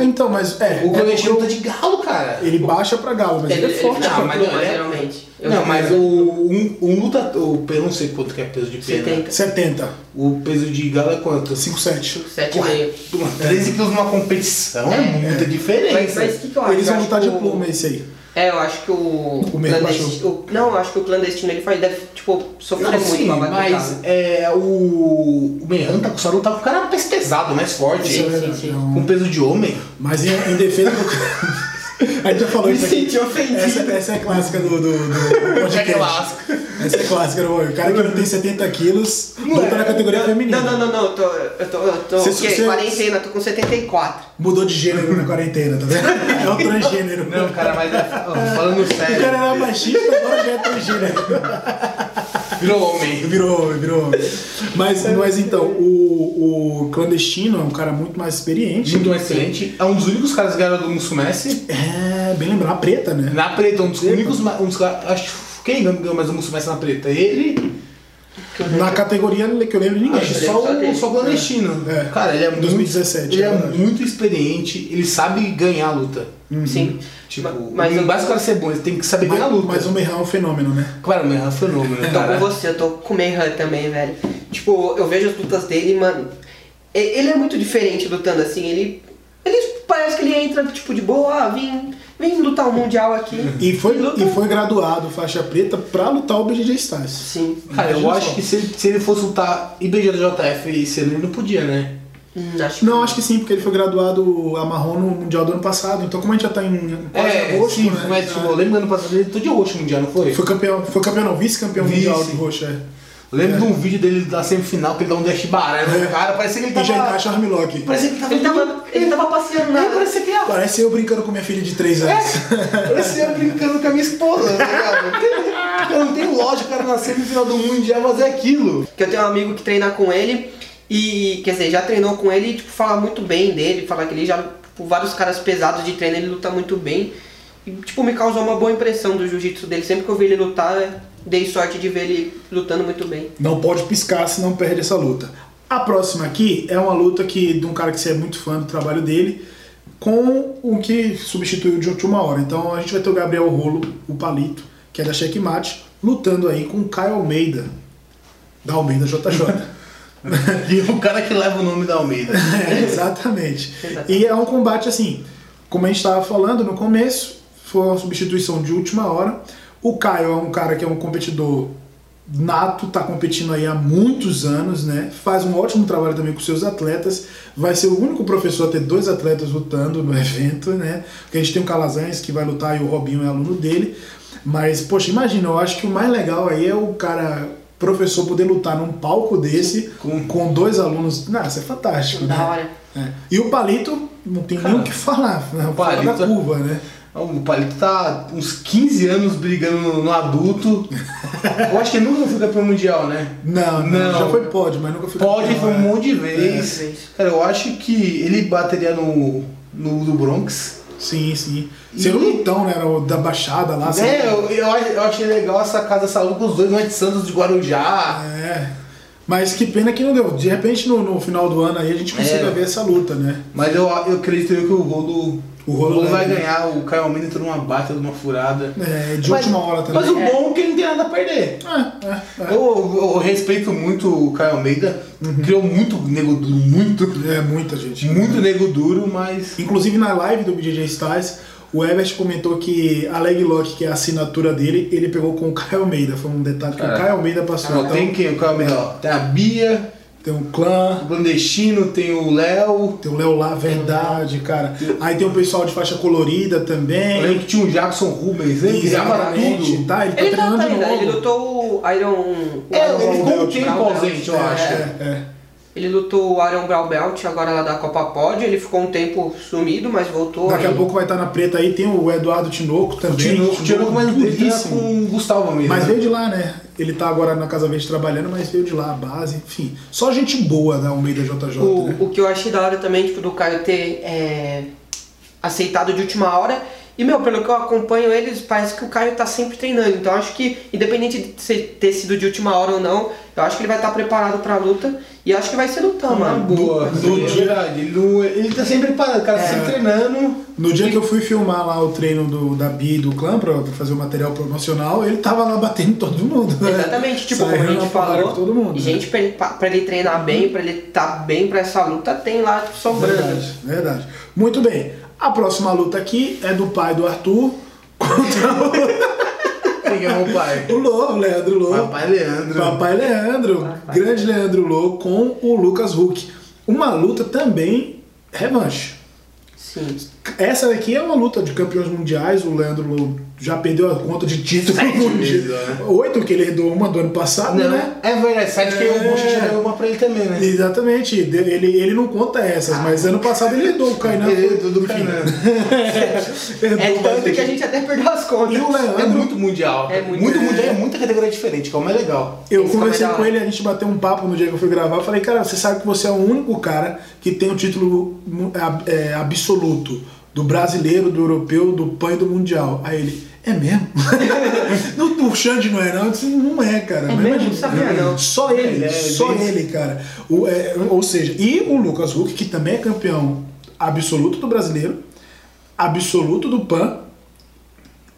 A: Então, mas é,
B: O
A: é
B: clandestino luta de galo, cara.
A: Ele baixa pra galo, mas ele, é forte.
C: não,
B: cara.
C: mas não,
B: Mas
C: é-
B: geralmente.
C: geralmente.
B: não, mas o, um, um lutador. Eu não sei quanto que é peso de pena.
C: 70.
A: 70,
B: O peso de galo é quanto?
A: 5, 7.
C: 7,5.
B: Porra, 13 quilos numa competição é, muita
C: Mas
B: diferença.
C: mas o que, que eu Então, acho?
A: Eles
C: Eu
A: vão
C: acho
A: lutar de
C: que o-
A: pluma esse aí.
C: É, eu acho que o.
A: O meio
C: clandestino. o- Não, eu acho que o clandestino ele faz, deve, tipo, sofrer
B: Não,
C: muito
B: sim,
C: pra bater o cara.
B: mas é, o, o Mehan tá com o lutar com o cara mais pesado, mais forte.
C: Sim, sim,
A: É
C: sim.
A: um-
B: Com peso de homem.
A: Mas em, em defesa do. a gente já falou
C: Me
A: isso aqui.
C: senti ofendido.
A: Essa, essa é clássica do, do, do podcast.
B: É clássica.
A: Essa é clássica do O cara que não tem 70 quilos luta na categoria feminina.
C: é. Não, não, não, não, eu tô. Eu tô. Eu tô
A: Você-
C: o quê?
A: você-
C: Quarentena, tô com 74.
A: Mudou de gênero na quarentena, tá vendo? É o transgênero.
B: Não, cara, mas é, ó, falando
A: O
B: sério,
A: cara era machista, agora já é transgênero.
B: virou homem.
A: Virou, virou. Mas,
B: É.
A: mas então, o, o clandestino é um cara muito mais experiente.
B: Muito mais excelente. É um dos únicos caras que ganharam do Musso Messi.
A: É, bem lembrar, preta, né?
B: Na preta, um dos únicos. ma- Um dos, caras- acho Quem ganhou mais uma Sul-Mestre na preta? Ele,
A: Na categoria que eu lembro de ninguém.
B: acho que
C: ele
B: só
C: só
B: o
C: tem.
B: só o clandestino.
A: É.
B: Cara, ele é muito,
A: 2017,
B: ele
A: é
B: é
A: verdade.
B: muito experiente, ele sabe ganhar a luta.
A: Uhum.
C: Sim.
B: Tipo,
C: mas
B: não
C: eu-
B: basta o cara ser bom, ele tem que saber ganhar a
A: Mas,
B: luta.
A: mas o Meirá é um fenômeno, né?
B: Claro, mas é um fenômeno,
C: Eu tô
B: cara.
C: com você, eu tô com o Mayhem também, velho. Tipo, eu vejo as lutas dele, mano. e- Ele é muito diferente lutando assim, ele. Ele parece que ele entra, tipo, de boa, ah, vim, vim lutar o Mundial aqui.
A: E foi,
C: luta-
A: e foi graduado faixa preta pra lutar o BJJ Stars.
C: um- Sim.
B: Cara, eu
A: Imagina
B: acho
A: só.
B: que se ele, se ele fosse lutar IBJJF e CN, ele não podia, né?
C: Hum, acho que-
A: Não, acho que sim, porque ele foi graduado a marrom no Mundial do ano passado. Então, como a gente já tá em quase agosto,
B: É, sim,
A: né?
B: mas tipo, eu lembro do ano passado ele lutou de roxo mundial, não foi?
A: Foi campeão, foi campeão não, vice-campeão mundial
B: Vice.
A: de roxo, é.
B: Eu lembro de um vídeo dele da semifinal que ele dá um dash baralho no
A: É.
B: cara, parece que ele
A: E já
B: tava.
A: encaixa Armlock.
B: Parece que ele tava.
C: Ele tava, ele tava passeando na.
B: É, parece que ele tava.
A: Parece eu brincando com minha filha de 3
B: É.
A: anos.
B: Parece eu brincando com a minha esposa, tá ligado? Não tem- Cara, não tem lógica, o cara na semifinal do mundial, mas é aquilo.
C: Que eu tenho um amigo que treina com ele e, quer dizer, já treinou com ele e, tipo, fala muito bem dele, fala que ele já, tipo, vários caras pesados de treino, ele luta muito bem. E, tipo, me causou uma boa impressão do jiu-jitsu dele. Sempre que eu vi ele lutar, eu dei sorte de ver ele lutando muito bem.
A: Não pode piscar se não perde essa luta. A próxima aqui é uma luta que de um cara que você é muito fã do trabalho dele com o que substituiu de última hora. Então a gente vai ter o Gabriel Rolo, o Palito, que é da Checkmate, lutando aí com o Caio Almeida, da Almeida JJ.
B: E é o cara que leva o nome da Almeida.
A: É, exatamente. E é um combate assim, como a gente estava falando no começo, foi uma substituição de última hora. O Caio é um cara que é um competidor nato, tá competindo aí há muitos anos, né? Faz um ótimo trabalho também com seus atletas. Vai ser o único professor a ter dois atletas lutando no evento, né? Porque a gente tem o Calazans que vai lutar e o Robinho é aluno dele. Mas, poxa, imagina, eu acho que o mais legal aí é o cara, professor, poder lutar num palco desse com,
B: Com-
A: dois alunos. Nossa, é fantástico, né?
C: Da hora.
A: É. E o palito, não tem nem
B: Cara,
A: o que falar. Né? O
B: Palito- é-
A: palito da curva, né?
B: O Palito tá uns 15 anos brigando no, no adulto. Eu acho que ele nunca foi campeão mundial, né?
A: Não, não,
B: Não.
A: já foi pódio, mas nunca foi
B: Pode
A: campeão,
B: foi um
A: né?
B: monte de vez.
C: É.
B: Cara, eu acho que ele bateria no, no do Bronx.
A: Sim, sim.
B: E-
A: Seria o Lutão, né? Era o da Baixada lá. assim.
B: é, eu, eu, ach- eu achei legal essa casa essa luta com os dois, um é de Santos de Guarujá.
A: É. Mas que pena que não deu. De repente, no, no final do ano aí, a gente consiga
B: É.
A: ver essa luta, né?
B: Mas eu, eu acredito que o Rolo,
A: O Rolo
B: vai
A: vai
B: ganhar. O Caio Almeida entrou numa bata, numa furada.
A: É, de última hora também.
B: Mas o bom é que ele não tem nada a perder.
A: É, é, Uhum.
B: Eu, eu respeito muito o Caio Almeida. Criou muito nego duro, muito,
A: é. É muita gente.
B: muito nego duro, mas.
A: Inclusive na live do BJJ Stars, o Everett comentou que a leg lock, que é a assinatura dele, ele pegou com o Caio Almeida. Foi um detalhe que o
B: Cara,
A: Caio Almeida passou.
B: É. Não,
A: Então,
B: tem quem? Calma aí, ó. Tem a Bia,
A: tem um clã,
B: o clandestino, tem o Léo.
A: Tem o Léo lá, verdade, cara. Aí tem o pessoal de faixa colorida
B: Eu
A: também.
B: lembro que tinha o Jackson Rubens, ele ganhava
A: Exatamente,
B: tudo.
A: tá? Ele tá
C: Ele tá,
A: treinando
C: tá
A: de
C: ainda,
A: novo.
C: ele lutou o Iron. o
B: É,
C: Iron
B: ele
C: Brown
B: ficou um
C: Belt,
B: tempo
C: Brown Belt.
B: ausente, eu acho.
C: É.
A: É, é.
C: Ele lutou o Iron Brown Belt agora lá da Copa Pod, ele ficou um tempo sumido, mas voltou.
A: Daqui a
C: Ele-
A: pouco vai estar na preta aí. Tem o Eduardo Tinoco
B: O
A: também.
B: Tinoco, o Tinoco, mas ele treina
A: duríssimo.
B: com o Gustavo mesmo.
A: Mas
B: né?
A: veio de lá, né? Ele tá agora na Casa Verde trabalhando, mas veio de lá, a base, enfim. Só gente boa da Almeida JJ, né?
C: O, o que eu achei da hora também, tipo, do Caio ter é, aceitado de última hora. E, meu, pelo que eu acompanho eles, parece que o Caio tá sempre treinando. Então, eu acho que, independente de ser- ter sido de última hora ou não, eu acho que ele vai estar preparado pra luta. E acho que vai ser luta,
A: é
B: Uma
C: mano.
B: boa,
A: do-
B: do-
A: né?
B: verdade. Ele, não- ele tá sempre parado, o cara,
A: É.
B: tá sempre treinando.
A: No dia que eu fui filmar lá o treino do, da Bia e do clã pra pra fazer o material promocional, ele tava lá batendo todo mundo, né?
C: Exatamente, tipo,
A: Saindo
C: como a
A: na
C: gente
A: porrada
C: falou,
A: com todo mundo, né? Uhum.
C: gente, pra ele, pra- pra ele treinar bem, pra ele tá bem pra essa luta, tem lá sobrando.
A: Verdade, verdade. Muito bem. A próxima luta aqui é do pai do Arthur contra
B: Quem é o pai?
A: o Lô, o Leandro Lô.
B: Papai é Leandro.
A: Papai Leandro, grande Leandro Lô com o Lucas Huck. Uma luta também revanche.
C: Sim.
A: Essa daqui é uma luta de campeões mundiais. O Leandro Lô já perdeu a conta de título
B: Sete vezes,
A: mundial.
B: né?
A: Oito, que ele herdou uma do ano passado,
B: Não,
A: né?
B: É verdade, sabe que o
A: É.
B: Bucha deu uma pra ele também, né?
A: Exatamente, ele, ele não conta essas, mas ano passado ele é herdou o Kainan.
B: Ah. Ele herdou do
A: Enfim,
B: Kainan.
A: é herdou
C: É
A: mais
C: tanto que a gente até perdeu as contas.
A: E o Leandro,
B: É muito mundial.
C: É muito-
B: mundial, é muita categoria diferente, calma, é legal.
A: eu
C: Isso
A: conversei
C: também dá
A: com
C: hora.
A: ele, a gente bateu um papo no dia que eu fui gravar. Eu falei, cara, você sabe que você é o único cara que tem o título é, mu- ab- é, absoluto do brasileiro, do europeu, do pan e do mundial. Aí ele, É mesmo? no, no Xande não é, não. Eu disse, não é, cara.
C: É
A: Mas
C: mesmo?
A: imagina,
C: Não sabia, não.
A: Só ele,
B: Ele é
A: só
B: bem-
A: ele, cara. O, é, ou seja, e o Lucas Huck, que também é campeão absoluto do brasileiro, absoluto do PAN.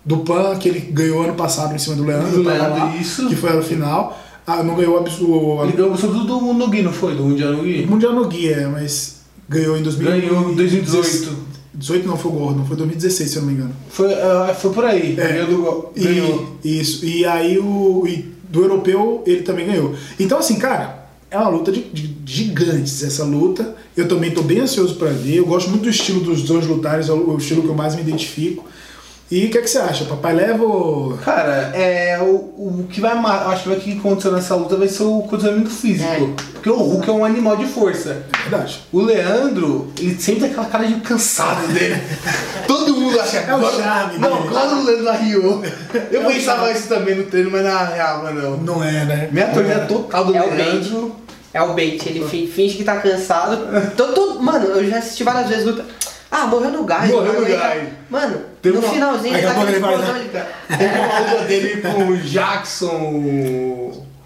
A: Do PAN que ele ganhou ano passado em cima do Leandro,
B: Do
A: eu tava
B: Leandro,
A: lá,
B: isso.
A: que foi a final. Ah, não ganhou o abs- o,
B: Ele ganhou sobretudo do Nugui, não foi? Do Mundial Nugui?
A: o Mundial no Guia, é, mas ganhou em 2018.
B: Ganhou em 2018.
A: 18 não foi o Gordon, foi 2016, se eu não me engano.
B: Foi, ah, foi por aí.
A: É.
B: Ganhou do Gol.
A: E-
B: Ganhou.
A: Isso. E aí o e do europeu ele também ganhou. Então assim, cara, é uma luta de, de gigantes essa luta. Eu também tô bem ansioso pra ver. Eu gosto muito do estilo dos dois lutares, é o o estilo que eu mais me identifico. E o que, é que você acha? Papai leva ou...
B: Cara, é, o, o que vai ma- acho que vai que acontecer nessa luta vai ser o condicionamento físico.
C: É.
B: Porque o Hulk é um animal de força.
A: Verdade.
B: O Leandro, ele sempre tem aquela cara de cansado dele. Todo mundo acha.
A: É o charme
B: Não,
A: dele. É
B: claro o Leandro arriou. Eu pensava isso também no treino, mas na real, mas não.
A: Não é, né?
B: Minha torneira total do
C: É o
B: Leandro.
C: É o bait, ele fi- finge que tá cansado. Tô, tô- mano, eu já assisti várias vezes luta. Ah, morreu no gás.
B: Morreu
C: mano,
B: no
C: ele tá-
B: gás.
C: Mano,
B: Tem
C: no
B: uma-
C: finalzinho
A: Daqui a pouco ele vai,
C: explosão,
A: né?
C: ele tá-
B: Teve uma é luta dele com o Jackson.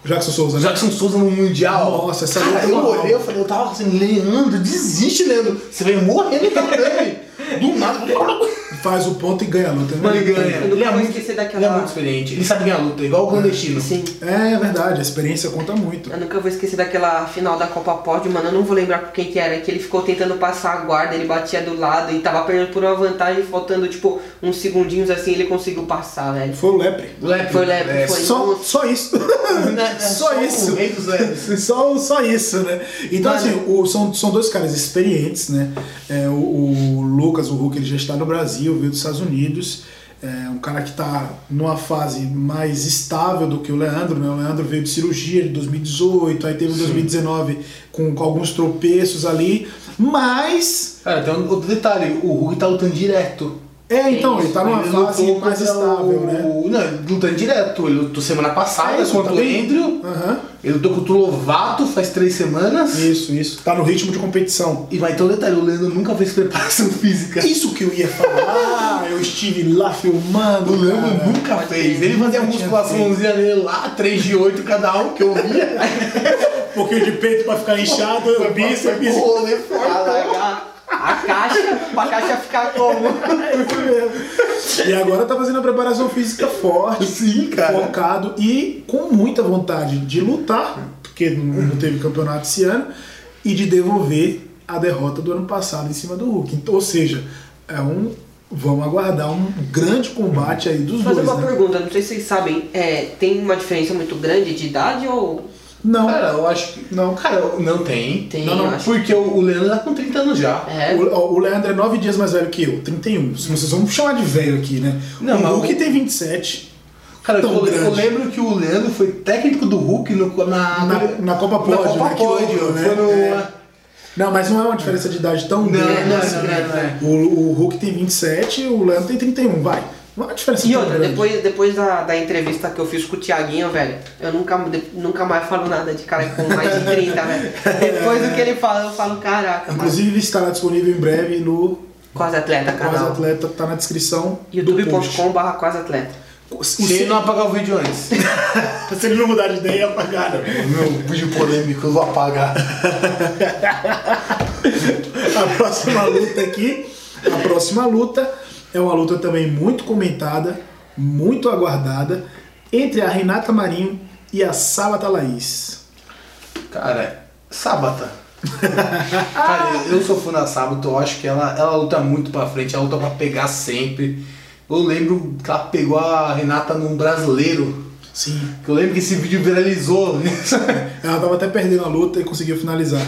A: Jackson Souza,
B: O
A: né?
B: Jackson Souza no Mundial.
A: Nossa, essa luta
B: Cara,
A: é
B: eu
A: foi
B: olhei, eu falei, eu tava assim, Leandro, desiste, Leandro. Você vai morrer no tatame. Do nada, eu falei,
A: Faz o ponto e ganha a luta. né?
B: Mas ele ganha.
C: Eu nunca
B: Ele é,
C: vou
B: muito,
C: esquecer daquela-
B: ele é muito experiente. Ele sabe ganhar luta, igual o clandestino.
C: Sim.
A: É verdade, a experiência conta muito.
C: Eu nunca vou esquecer daquela final da Copa Pod, mano. Eu não vou lembrar quem que era, que ele ficou tentando passar a guarda, ele batia do lado e tava perdendo por uma vantagem, faltando tipo uns segundinhos assim, ele conseguiu passar, velho.
A: Foi o Lepre.
B: Lep,
C: Foi o Lep,
B: é,
C: foi.
A: Só, só isso.
B: né,
A: é Só
B: o
A: isso.
B: rei dos Leps.
A: Só, só isso, né? Então,
C: Mano.
A: assim, o- são, são dois caras experientes, né? É, o, o Lucas, o Hulk, ele já está no Brasil, veio dos Estados Unidos. É um cara que está numa fase mais estável do que o Leandro, né? O Leandro veio de cirurgia de 2018, aí teve um o 2019 com, com alguns tropeços ali, mas.
B: Cara, tem um- outro detalhe, o Hulk tá lutando direto.
A: É, então, ele está numa
B: Ele
A: fase
B: lutou
A: mais
B: contra
A: estável,
B: é o-
A: né?
B: Não, ele lutando direto. Ele lutou semana passada
A: É isso,
B: contra
A: tá
B: o
A: bem.
B: Andrew.
A: Aham.
B: Ele lutou contra o Lovato faz três semanas.
A: Isso, isso. Tá no ritmo de competição.
B: E vai ter um detalhe, o Leandro nunca fez preparação física.
A: Isso que eu ia falar, Ah, eu estive lá filmando.
B: O Leandro
A: cara.
B: nunca fez. Ele fazia
A: Nunca tinha
B: musculaçãozinha dele lá, 3 de 8 cada um que eu via.
A: Um pouquinho de peito pra ficar inchado, bíceps.
B: O rolê
C: Pra
B: forte.
C: largar a caixa, pra caixa ficar como?
A: É, E agora tá fazendo a preparação física forte,
B: Sim, cara.
A: focado e com muita vontade de lutar, porque não não teve campeonato esse ano, e de devolver a derrota do ano passado em cima do Hulk. Então, ou seja, é um. Vamos aguardar um grande combate aí dos
C: Fazer
A: dois.
C: uma
A: né?
C: pergunta, não sei se vocês sabem, é, tem uma diferença muito grande de idade ou.
A: Não.
C: É,
B: Cara, eu acho que. Não, cara, eu- não tem.
C: Tem,
B: não,
C: eu
B: não,
C: acho.
B: porque o o Leandro tá com 30 anos já.
C: É.
A: O, o Leandro é 9 dias mais velho que eu, 31. Se vocês vão chamar de velho aqui, né?
B: Não, mas
A: o Hulk
B: o-
A: tem 27
B: Cara,
A: Tão
B: eu, eu
A: grande.
B: lembro que o Leandro foi técnico do Hulk no, na,
A: na, na Copa Pod,
B: na Copa
A: né? Que
B: Pódio.
A: loucura, né?
B: Foi no.
A: É. Não, mas não é uma diferença de idade tão grande.
B: não,
A: assim,
B: não,
A: né?
B: não, é. não.
A: O, o Hulk tem 27 o Leandro tem 31, vai. Não é uma diferença
C: E
A: tão
C: outra,
A: grande.
C: depois, depois da, da entrevista que eu fiz com o Tiaguinho, velho, eu nunca, de- nunca mais falo nada de cara com mais de 30, velho. Depois do que ele fala, eu falo, caraca, mano.
A: Inclusive estará disponível em breve no
C: Quase Atleta
A: Quase
C: canal.
A: Atleta, tá na descrição do post.
C: youtube.com.br Quase Atleta.
A: O
B: Se ele
A: se,
B: não apagar o vídeo antes.
A: se ele não mudar de ideia, é apagaram.
B: Meu vídeo polêmico, eu vou apagar.
A: A próxima luta aqui, a próxima luta é uma luta também muito comentada, muito aguardada, entre a Renata Marinho e a Sábata Laís.
B: Cara, Sábata. Cara, eu sou fã da Sábata, eu acho que ela, ela luta muito pra frente, ela luta pra pegar sempre. Eu lembro que ela pegou a Renata num brasileiro.
A: Sim.
B: Eu lembro que esse vídeo viralizou.
A: Ela tava até perdendo a luta e conseguiu finalizar.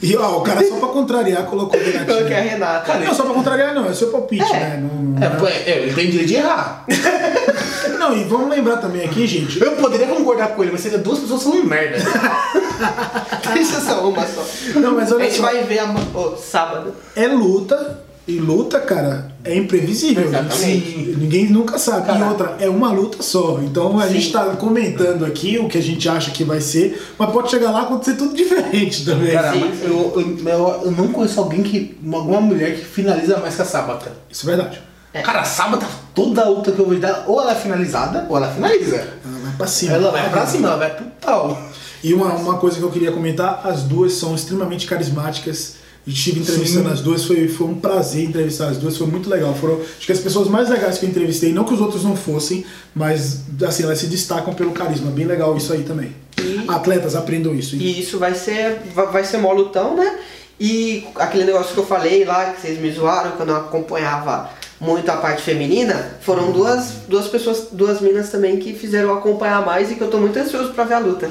A: E ó, o cara só pra contrariar colocou o
C: Eu que é a
A: Renatinho.
C: Renata.
B: Cara,
A: Não, só pra contrariar não, é seu palpite,
C: É.
A: né? Não, não-
B: É, pô, é, ele tem direito de errar.
A: não, e vamos lembrar também aqui, gente,
B: Eu poderia concordar com ele, mas seria duas pessoas falando merda.
C: Essa é só uma só.
A: Não, mas olha
C: A gente
A: só.
C: vai ver a, oh, sábado.
A: é luta, e luta, cara, é imprevisível.
C: Exatamente.
A: Sim, Ninguém nunca sabe. E
B: Cara.
A: outra, é uma luta só. Então a
C: Sim.
A: gente tá comentando aqui o que a gente acha que vai ser, mas pode chegar lá e acontecer tudo diferente também.
B: Cara,
C: Sim,
B: mas
C: sim.
B: eu, eu, eu- eu não conheço alguém que. alguma mulher que finaliza mais que a Sábata.
A: Isso é verdade.
C: É.
B: Cara, a Sábata Toda luta que eu vejo, dela, ou ela é finalizada, ou ela finaliza.
A: Ela vai pra cima.
B: Ela vai pra cima, ela vai pro pau.
A: E uma, uma coisa que eu queria comentar, as duas são extremamente carismáticas. Estive entrevistando
B: Sim.
A: as duas, foi, foi um prazer entrevistar as duas, foi muito legal. Foram, acho que as pessoas mais legais que eu entrevistei, não que os outros não fossem, mas assim, elas se destacam pelo carisma. Bem legal isso aí também.
C: E-
A: Atletas aprendam isso.
C: E isso vai ser, va- vai ser mó lutão, né? E aquele negócio que eu falei lá, que vocês me zoaram, que eu não acompanhava muito a parte feminina, foram duas, duas pessoas, duas minas também que fizeram eu acompanhar mais e que eu tô muito ansioso pra ver a luta.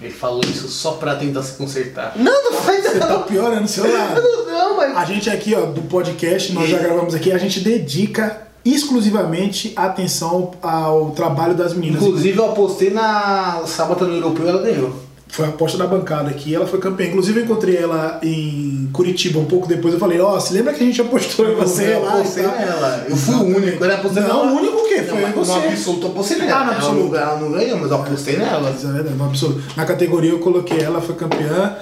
B: Ele falou isso só pra tentar se consertar.
C: Não, não faz
A: Você tá Ah,
C: não.
A: piorando o seu lado.
C: Não, não, mas
A: A gente aqui, ó, do podcast, nós já gravamos aqui, a gente dedica exclusivamente atenção ao trabalho das meninas.
B: Inclusive eu apostei na sábado no europeu ela ganhou.
A: Foi a aposta da bancada aqui, ela foi campeã. Inclusive, eu encontrei ela em Curitiba um pouco depois. Eu falei: Ó, se lembra que a gente apostou em você
B: eu
A: lá? e
B: apostei
A: tal?
B: nela. Eu fui o único. Ela apostou
A: Não,
B: nela.
A: o único o quê?
B: Não,
A: Foi
B: mas
A: você.
B: No absoluto eu apostei
A: Ah,
B: nela.
A: no
B: Ela não-
A: absoluto.
B: Ela não ganhou, mas eu apostei nela.
A: Mas é verdade, um absurdo. Na categoria eu coloquei ela, foi campeã.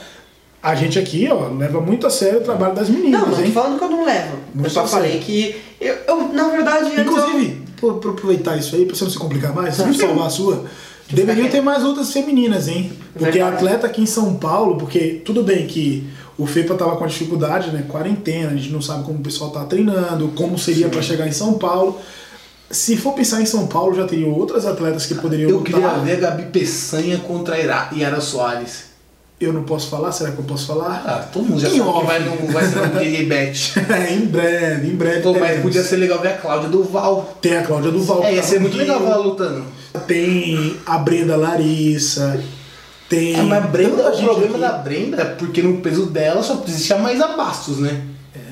A: A gente aqui, ó, leva muito a sério o trabalho das meninas,
C: não, não tô
A: hein?
C: falando que eu não levo. eu
A: Muito
C: só
A: certo.
C: falei que. Eu, eu, na verdade, antes eu-
A: Inclusive, pô,
B: Então-
A: pra aproveitar isso aí, pra você não se complicar mais, pra salvar a sua, deveria ter mais outras femininas, hein? Porque
C: Verdade.
A: atleta aqui em São Paulo, porque tudo bem que o FEPA tava com a dificuldade, né? Quarentena, a gente não sabe como o pessoal tá treinando, como seria pra chegar em São Paulo. Se for pensar em São Paulo, já teriam outras atletas que poderiam
B: Eu queria
A: lutar.
B: ver a Gabi Peçanha contra a Ira- Yara Soares.
A: Eu não posso falar? Será que eu posso falar?
B: Ah, todo mundo já
A: Em
B: sabe
A: off.
B: que vai no, vai ser no Gay Bet.
A: em breve, em breve.
B: Pô, Então, mas
A: teremos.
B: podia ser legal ver a Cláudia Duval.
A: Tem a Cláudia Duval.
B: É, ia
A: tá
B: ser
A: no
B: muito
A: Rio.
B: legal ver ela lutando.
A: Tem a Brenda Larissa. Tem.
B: É, mas
A: tanta
B: Brenda, o
A: gente
B: problema
A: aqui.
B: da Brenda é porque no peso dela só existia mais abastos, né?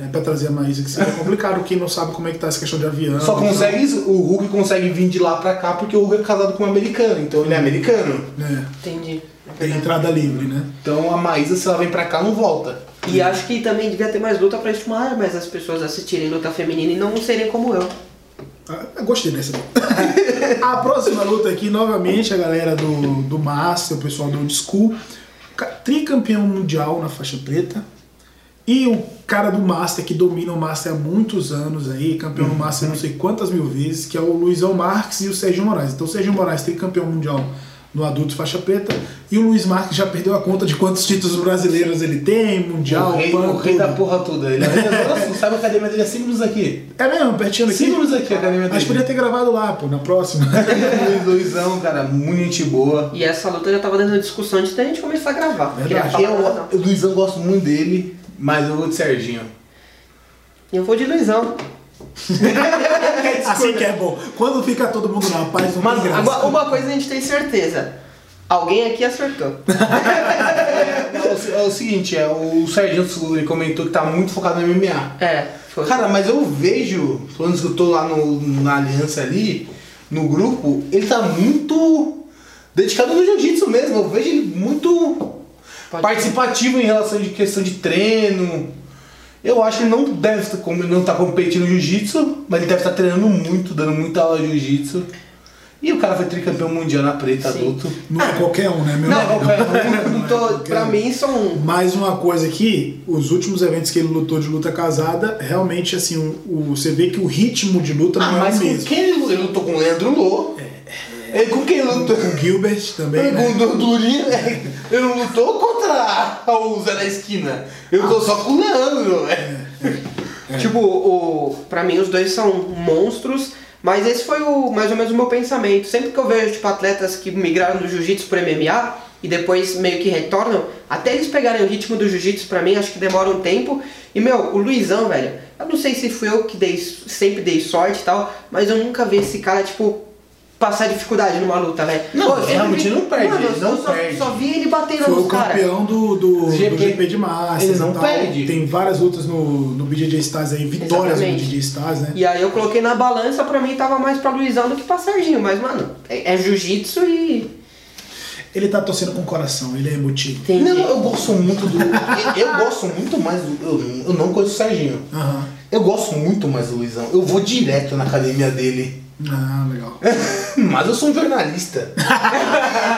A: É pra trazer a Maísa, que seria complicado. Quem não sabe como é que tá essa questão de avião.
B: Só consegue. O Hulk consegue vir de lá pra cá porque o Hulk é casado com uma americana, então ele é americano.
A: Né?
C: Entendi.
A: Tem entrada livre, né?
B: Então a Maísa, se ela vem pra cá, não volta.
C: E acho que também devia ter mais luta pra estimular mais as pessoas a assistirem luta feminina e não serem como eu.
A: Ah, eu gostei dessa. a próxima luta aqui, novamente, a galera do, do Master, o pessoal do Old School. ca- Tricampeão mundial na faixa preta. E o cara do Master, que domina o Master há muitos anos aí, campeão do Master não sei quantas mil vezes, que é o Luizão Marques e o Sérgio Moraes. Então o Sérgio Moraes tricampeão mundial no adulto faixa preta e o Luiz Marques já perdeu a conta de quantos títulos brasileiros ele tem, mundial,
B: o rei,
A: pan,
B: o rei
A: tudo.
B: da porra toda. Ele é o rei das horas, sabe a academia dele é 5 minutos aqui. Ah,
A: É mesmo, pertinho daqui?
B: 5 minutos aqui é a academia
A: Mas podia
B: dele.
A: ter gravado lá, pô, na próxima.
B: Luiz Luizão, cara, muito gente boa.
C: E essa luta já tava dando discussão antes da gente começar a gravar. é
A: Verdade.
C: Queria falar nada, não.
B: Eu, o Luizão gosto muito dele, mas eu vou de Serginho.
C: Eu vou de Luizão.
A: Assim que é bom. Quando fica todo mundo na paz, não
C: Mas
A: tem graça.
C: uma, uma coisa a gente tem certeza. Alguém aqui acertou.
B: É o- É o seguinte, é, o Serginho ele comentou que tá muito focado no MMA.
C: É, foi.
B: Cara, mas eu vejo, pelo menos que eu tô lá no, na aliança ali, no grupo, ele tá muito dedicado no jiu-jitsu mesmo. Eu vejo ele muito
C: Pode-
B: participativo em relação de questão de treino. Eu acho que ele não deve estar com- não tá competindo no jiu-jitsu, mas ele deve estar treinando muito, dando muita aula de jiu-jitsu. E o cara foi tricampeão mundial na preta,
C: Sim.
B: adulto.
A: Não é qualquer um, né, meu?
B: Não,
A: amigo?
B: qualquer um.
C: Não tô- pra mim um. são.
A: Mais uma coisa aqui, os últimos eventos que ele lutou de luta casada, realmente, assim, o, o- você vê que o ritmo de luta
B: Ah,
A: não é
B: mas
A: o
B: com
A: mesmo.
B: quem ele lutou? Ele lutou com o Leandro Lô. Ele com quem ele lutou?
A: Com o Gilbert também,
B: Pegou
A: né?
B: o Durinho, velho. Eu não lutou contra o Zé da Esquina. Eu tô só com o Leandro, né? velho.
C: Tipo, o, pra mim os dois são monstros. Mas esse foi o, mais ou menos o meu pensamento. Sempre que eu vejo tipo, atletas que migraram do jiu-jitsu pro MMA e depois meio que retornam, até eles pegarem o ritmo do jiu-jitsu pra mim, acho que demora um tempo. E meu, o Luizão, velho, eu não sei se fui eu que dei, sempre dei sorte e tal, mas eu nunca vi esse cara, tipo, passar dificuldade numa luta, velho.
B: Não,
C: Pô, eu sempre
B: realmente
C: vi-
B: não perde,
C: Mano, eu
B: ele não
C: só,
B: perde.
C: só vi ele batendo
A: Foi o
C: nos caras.
A: campeão do, do,
B: GP.
A: GP. do GP de Masters
B: Ele não
A: e tal.
B: perde.
A: Tem várias lutas no, no BJJ Stars aí, vitórias
C: Exatamente.
A: no BJJ Stars, né?
C: E aí eu coloquei na balança, pra mim tava mais pra Luizão do que pra Serginho, mas mano, é, é jiu-jitsu e.
A: Ele tá torcendo com o coração, ele é emotivo.
C: Tem
B: Não, eu gosto muito do. Eu, eu gosto muito mais do. Eu, eu não conheço o Serginho.
A: Aham.
B: Eu gosto muito mais do Luizão. Eu vou direto na academia dele.
A: Ah, legal.
B: Mas eu sou um jornalista.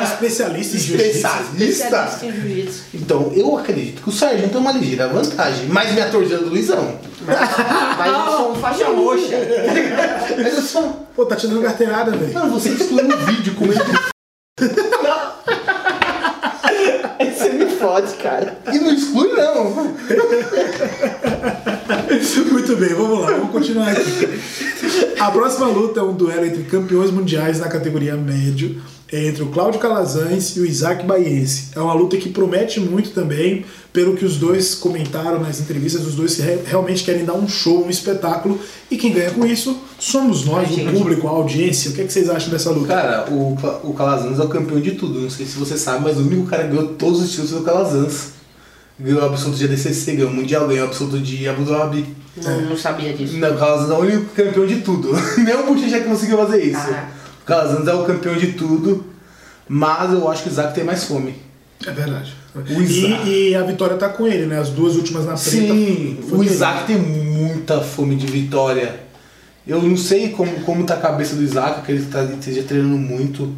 A: Especialista em jiu-jitsu.
B: Especialista.
C: em jiu-jitsu.
B: Então, eu acredito que o Serginho tem uma ligeira vantagem. Mas minha torcida é do Luizão.
C: Mas eu sou um faixa roxa. Mas eu
B: um
C: sou.
A: Pô, tá te dando carteirada, velho.
B: Mano, você excluiu um vídeo com ele.
C: Você me fode, cara.
B: E não exclui, não.
A: Muito bem, vamos lá, vamos continuar aqui. A próxima luta é um duelo entre campeões mundiais na categoria médio, é entre o Cláudio Calazans e o Isaac Baiense. É uma luta que promete muito também, pelo que os dois comentaram nas entrevistas, os dois re- realmente querem dar um show, um espetáculo, e quem ganha com isso somos nós, o público, a audiência. O que, é que vocês acham dessa luta?
B: Cara, o, Cla- o Calazans é o campeão de tudo. Não sei se você sabe, mas o único cara que ganhou todos os títulos é o Calazans. Ganhou o absoluto de ADCC, ganhou o Mundial, ganhou o absoluto de Abu Dhabi.
C: Não, não sabia disso.
B: Não, o Calazans é o único campeão de tudo. Nem o Bochecha conseguiu fazer isso.
C: Ah.
B: O Calazans é o campeão de tudo, mas eu acho que o Isaac tem mais fome.
A: É verdade.
B: O Isaac.
A: E, e a vitória tá com ele, né? As duas últimas na preta.
B: Sim,
A: foi
B: o
A: dele.
B: Isaac tem muita fome de vitória. Eu não sei como, como tá a cabeça do Isaac, que ele tá, esteja treinando muito.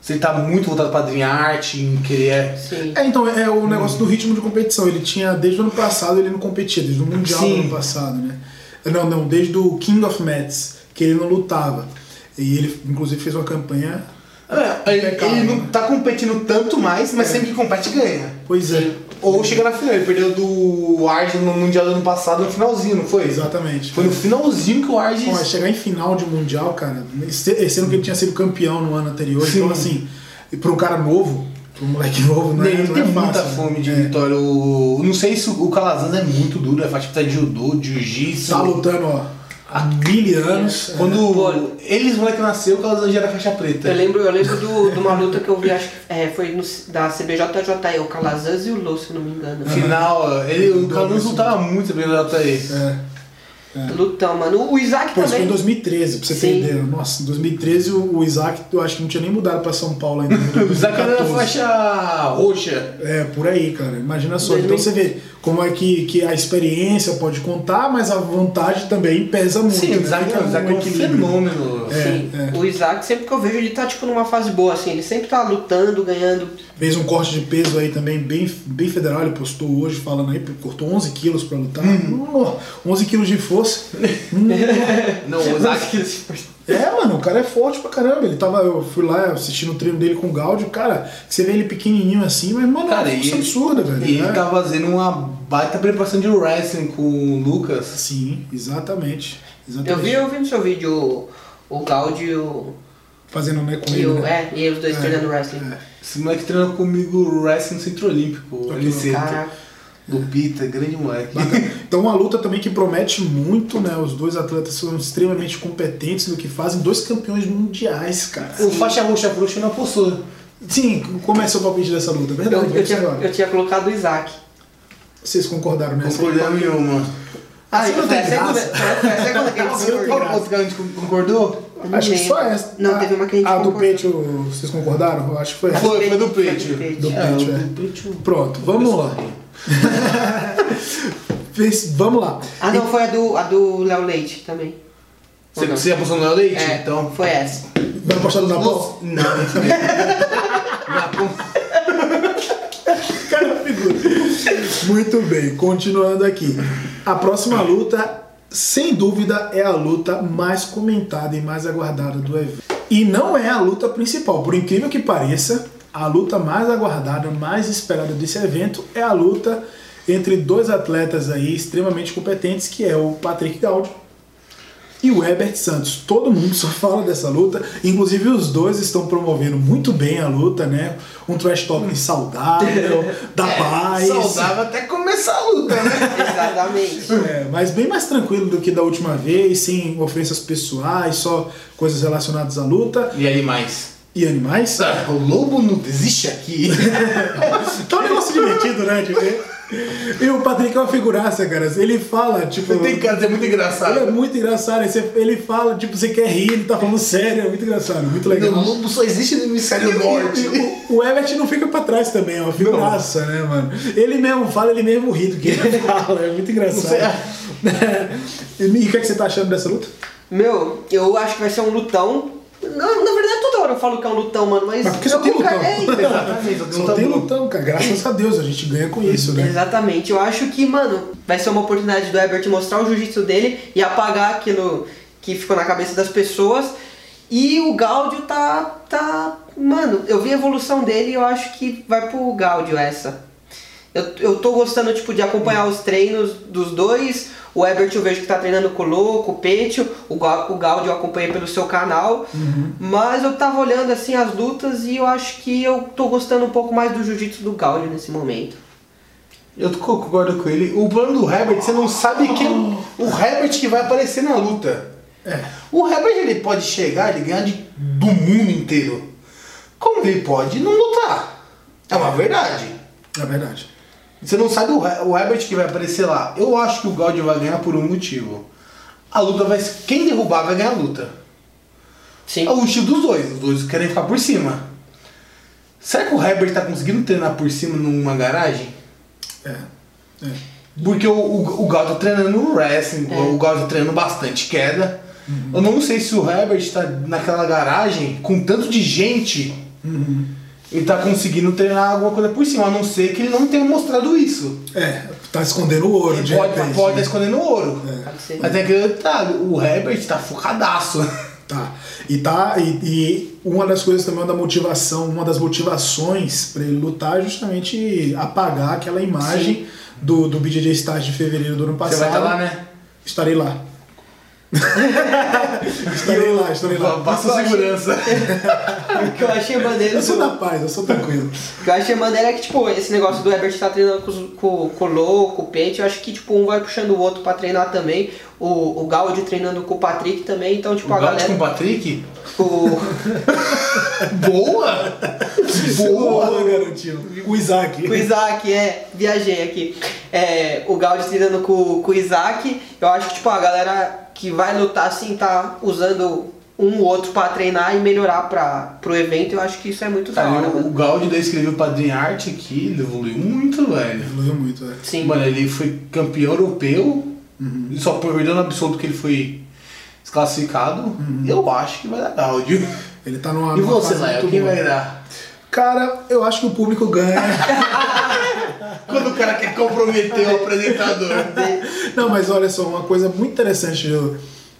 B: Se ele tá muito voltado pra Dream Art, em que ele é.
C: Sim.
A: É, então, é o negócio do ritmo de competição. Ele tinha, desde o ano passado, ele não competia, desde o Mundial
B: Sim.
A: do ano passado, né? Não, não, desde o King of Mats, que ele não lutava. E ele, inclusive, fez uma campanha.
B: É, ele,
A: Impecável,
B: ele não
A: né?
B: tá competindo tanto mais,
A: É.
B: mas sempre que compete ganha.
A: Pois é,
B: Ou chega na final, ele perdeu do Arge no Mundial do ano passado no finalzinho, não foi?
A: exatamente.
B: Foi no finalzinho que o Arge.
A: Bom, é chegar em final de Mundial, cara, esse esse ano que ele tinha sido campeão no ano anterior,
B: Sim.
A: então assim, e pra um cara novo, pra um moleque novo, não é,
B: Ele
A: não
B: tem
A: é fácil.
B: muita
A: né?
B: fome de
A: É.
B: vitória. O- Não sei se o o Calazans é muito duro, é faz tipo tá de judô, de jiu-jitsu.
A: Tá lutando, ó, há mil anos. é.
B: Quando
C: Pô,
B: eles, moleque, nasceu, o Calazans já era faixa preta.
C: Eu lembro, eu lembro do, de uma luta que eu vi, acho que é, foi no, da CBJJE, o Calazans e o Lô, se eu não me engano.
B: Final, ele, o Calazans lutava muito bem na aí.
A: É.
C: Lutão, mano. O Isaac
A: Pô, isso foi em
C: também.
A: 2013, pra você ter
C: Sim.
A: ideia. Nossa, em 2013 o o Isaac, eu acho que não tinha nem mudado pra São Paulo ainda. né?
B: O Isaac era
A: 2014.
B: faixa roxa.
A: É, por aí, cara. Imagina só.
C: Dois
A: Então
C: mil-
A: você vê como é que, que a experiência pode contar, mas a vontade também pesa muito.
B: Sim,
A: né?
B: o Isaac,
A: Fica
B: o Isaac é um
A: equilíbrio.
B: fenômeno.
C: Sim.
A: É, é.
C: O Isaac, sempre que eu vejo, ele tá tipo numa fase boa, assim. Ele sempre tá lutando, ganhando.
A: Fez um corte de peso aí também, bem, bem federal. Ele postou hoje falando aí, cortou 11 quilos pra lutar.
B: Uhum.
A: Nó, 11 quilos de força.
B: Não, o Isaac.
A: É, mano, o cara é forte pra caramba. Ele tava, eu fui lá assistindo o treino dele com o Gaudio, cara, você vê ele pequenininho assim, mas, mano,
B: Cara,
A: é uma
B: e
A: força
B: ele-
A: absurda, velho.
B: E ele
A: né?
B: tá fazendo uma baita preparação de wrestling com o Lucas.
A: Sim, exatamente. exatamente.
C: Eu vi, eu vi no seu vídeo o, o Gaudi e o.
A: Fazendo né com
C: E
A: ele.
C: o
A: né?
C: é, e os dois
A: É,
C: treinando wrestling.
A: é.
B: Esse moleque treina comigo wrestling no Centro Olímpico.
A: Olha que
B: LC.
C: Caraca.
B: Do Pita, grande moleque.
A: Então uma luta também que promete muito, né? Os dois atletas são extremamente competentes no que fazem, dois campeões mundiais, cara.
B: o faixa roxa bruxa não é apostou.
A: Sim, como é seu palpite dessa luta?
C: Eu,
A: Verdade,
C: eu,
A: vamos
C: tinha,
A: agora.
C: eu tinha colocado o Isaac.
A: Vocês concordaram
B: é
A: nessa?
B: Concordamos em uma.
A: Ah, você não
C: foi a
A: tem
C: segunda,
A: graça.
C: foi a segunda que a gente
B: Você não
C: concordou.
B: qual outro que a gente concordou?
C: Eu não
A: Acho que
C: lembro.
A: só essa.
C: Não,
A: a,
C: teve uma que a gente
A: A do
C: concordou.
A: Peito, vocês concordaram? Eu Acho que foi essa.
B: Foi, foi do
C: Foi do
B: Peito.
C: Peito.
A: Do
B: É,
A: Peito,
B: o
A: é.
B: do Peito.
A: Pronto, vamos lá. Fez- vamos lá.
C: Ah, não, foi a do, a do Léo Leite também.
B: Você,
C: Ou não?
B: você apostou no Léo Leite?
C: É,
B: Então.
C: Foi essa.
A: Vai apostar no Napão?
B: Não. Não.
A: Cara, figura. Muito bem, continuando aqui. A próxima luta, sem dúvida, é a luta mais comentada e mais aguardada do evento. E não é a luta principal, por incrível que pareça, a luta mais aguardada, mais esperada desse evento é a luta entre dois atletas aí extremamente competentes, que é o Patrick Gaudio e o Herbert Santos. Todo mundo só fala dessa luta, inclusive os dois estão promovendo muito bem a luta, né? Um trash talking saudável, da
B: Ah,
A: paz.
B: Hum. Saudável até começar a luta, né?
C: Exatamente.
A: É, mas bem mais tranquilo do que da última vez, sem ofensas pessoais, só coisas relacionadas à luta
B: E animais?
A: e animais.
B: O lobo não desiste aqui.
A: Tá um negócio divertido, né? De ver. E o Patrick é uma figuraça, cara. Ele fala, tipo.
B: Tem cara de ser muito engraçado.
A: Ele é muito engraçado. Ele ele fala, tipo, você quer rir, ele tá falando sério. É muito engraçado, muito legal.
B: O lobo só existe no hemisfério norte.
A: O, o Everett não fica pra trás também, é uma figuraça, né, mano? Ele mesmo fala, ele mesmo ri do que ele fala, é muito engraçado. e o que, é que você tá achando dessa luta?
C: Meu, eu acho que vai ser um lutão. Na, na verdade, toda hora hora eu falo que é um lutão, mano, mas.
A: Mas porque
C: eu
A: só tem
C: nunca-
A: lutão.
C: É, então,
B: um Exatamente, só tem um
A: Só tem
B: tabu.
A: lutão, cara. Graças a Deus a gente ganha com isso, né?
C: Exatamente, eu acho que, mano, vai ser uma oportunidade do Herbert mostrar o jiu-jitsu dele e apagar aquilo que ficou na cabeça das pessoas. E o Gaudio tá. tá. Mano, eu vi a evolução dele e eu acho que vai pro Gaudio essa. Eu, eu tô gostando, tipo, de acompanhar os treinos dos dois. O Ebert eu vejo que tá treinando com o Lô, com o Petio. O, Ga- o Gaudio eu acompanhei pelo seu canal. Mas eu tava olhando, assim, as lutas e eu acho que eu tô gostando um pouco mais do jiu-jitsu do Gaudio nesse momento.
B: Eu concordo com ele. O plano do Herbert, você não sabe quem é o Herbert que vai aparecer na luta.
A: É.
B: O Herbert ele pode chegar e ganhar de, do mundo inteiro. Como ele pode não lutar? É uma verdade.
A: É verdade.
B: Você não sabe o, He- o Herbert que vai aparecer lá. Eu acho que o Gaudio vai ganhar por um motivo. A luta vai. Quem derrubar vai ganhar a luta.
C: Sim.
B: É o estilo dos dois. Os dois querem ficar por cima. Será que o Herbert tá conseguindo treinar por cima numa garagem?
A: É. É.
B: Porque o, o, o Gaudio tá treinando wrestling, o Gaudio tá treinando bastante queda. Eu não sei se o Herbert tá naquela garagem com tanto de gente ele tá conseguindo treinar alguma coisa por cima, a não ser que ele não tenha mostrado isso.
A: É, tá escondendo o ouro, de
B: pode
A: repente,
B: pode
A: né?
B: tá escondendo ouro.
C: Pode ser.
B: Mas tem aquele detalhe, o Herbert tá focadaço.
A: Tá. E tá e, e uma das coisas também da motivação, uma das motivações para ele lutar é justamente apagar aquela imagem do, do BJJ Stars de fevereiro do ano
B: Você
A: passado.
B: vai estar lá, né?
A: Estarei lá. estarei lá, estarei lá.
B: Passa a segurança.
C: O que eu achei maneiro.
A: Eu sou
C: do-
A: da paz, eu sou tranquilo.
C: O que eu achei maneiro é que, tipo, esse negócio do Herbert tá treinando com, os- com, com o Lô, com o Pente, eu acho que, tipo, um vai puxando o outro pra treinar também. O, o Gaudio treinando com o Patrick também, então, tipo,
B: O
C: a
B: Gaudio com o
C: galera.
B: um Patrick?
C: O,
B: Boa! Boa!
A: Boa, garotinho. O Isaac.
C: o Isaac, é, viajei aqui. É, o Gaudio treinando com, com o Isaac, eu acho que, tipo, a galera que vai lutar assim tá usando um ou outro pra treinar e melhorar pra, pro evento, eu acho que isso é muito da
B: Cara,
C: hora,
B: Tá, o, o
C: mano.
B: Gaudio daí escreveu pra Dream Art aqui, ele evoluiu muito, velho.
A: Evoluiu muito, é.
C: Sim.
B: Mano, ele foi campeão europeu,
A: Uhum.
B: e só perdeu no absoluto que ele foi desclassificado. Eu acho que vai dar Gaudio.
A: Ele tá numa.
B: E
A: numa
B: você,
A: Uhum. fase
B: Léo,
A: muito
B: quem
A: boa.
B: vai dar?
A: Cara, eu acho que o público ganha.
B: Quando o cara quer comprometer o apresentador.
A: Não, mas olha só, uma coisa muito interessante. Eu,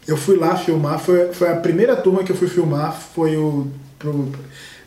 A: eu fui lá filmar, foi, foi a primeira turma que eu fui filmar, foi o. pro-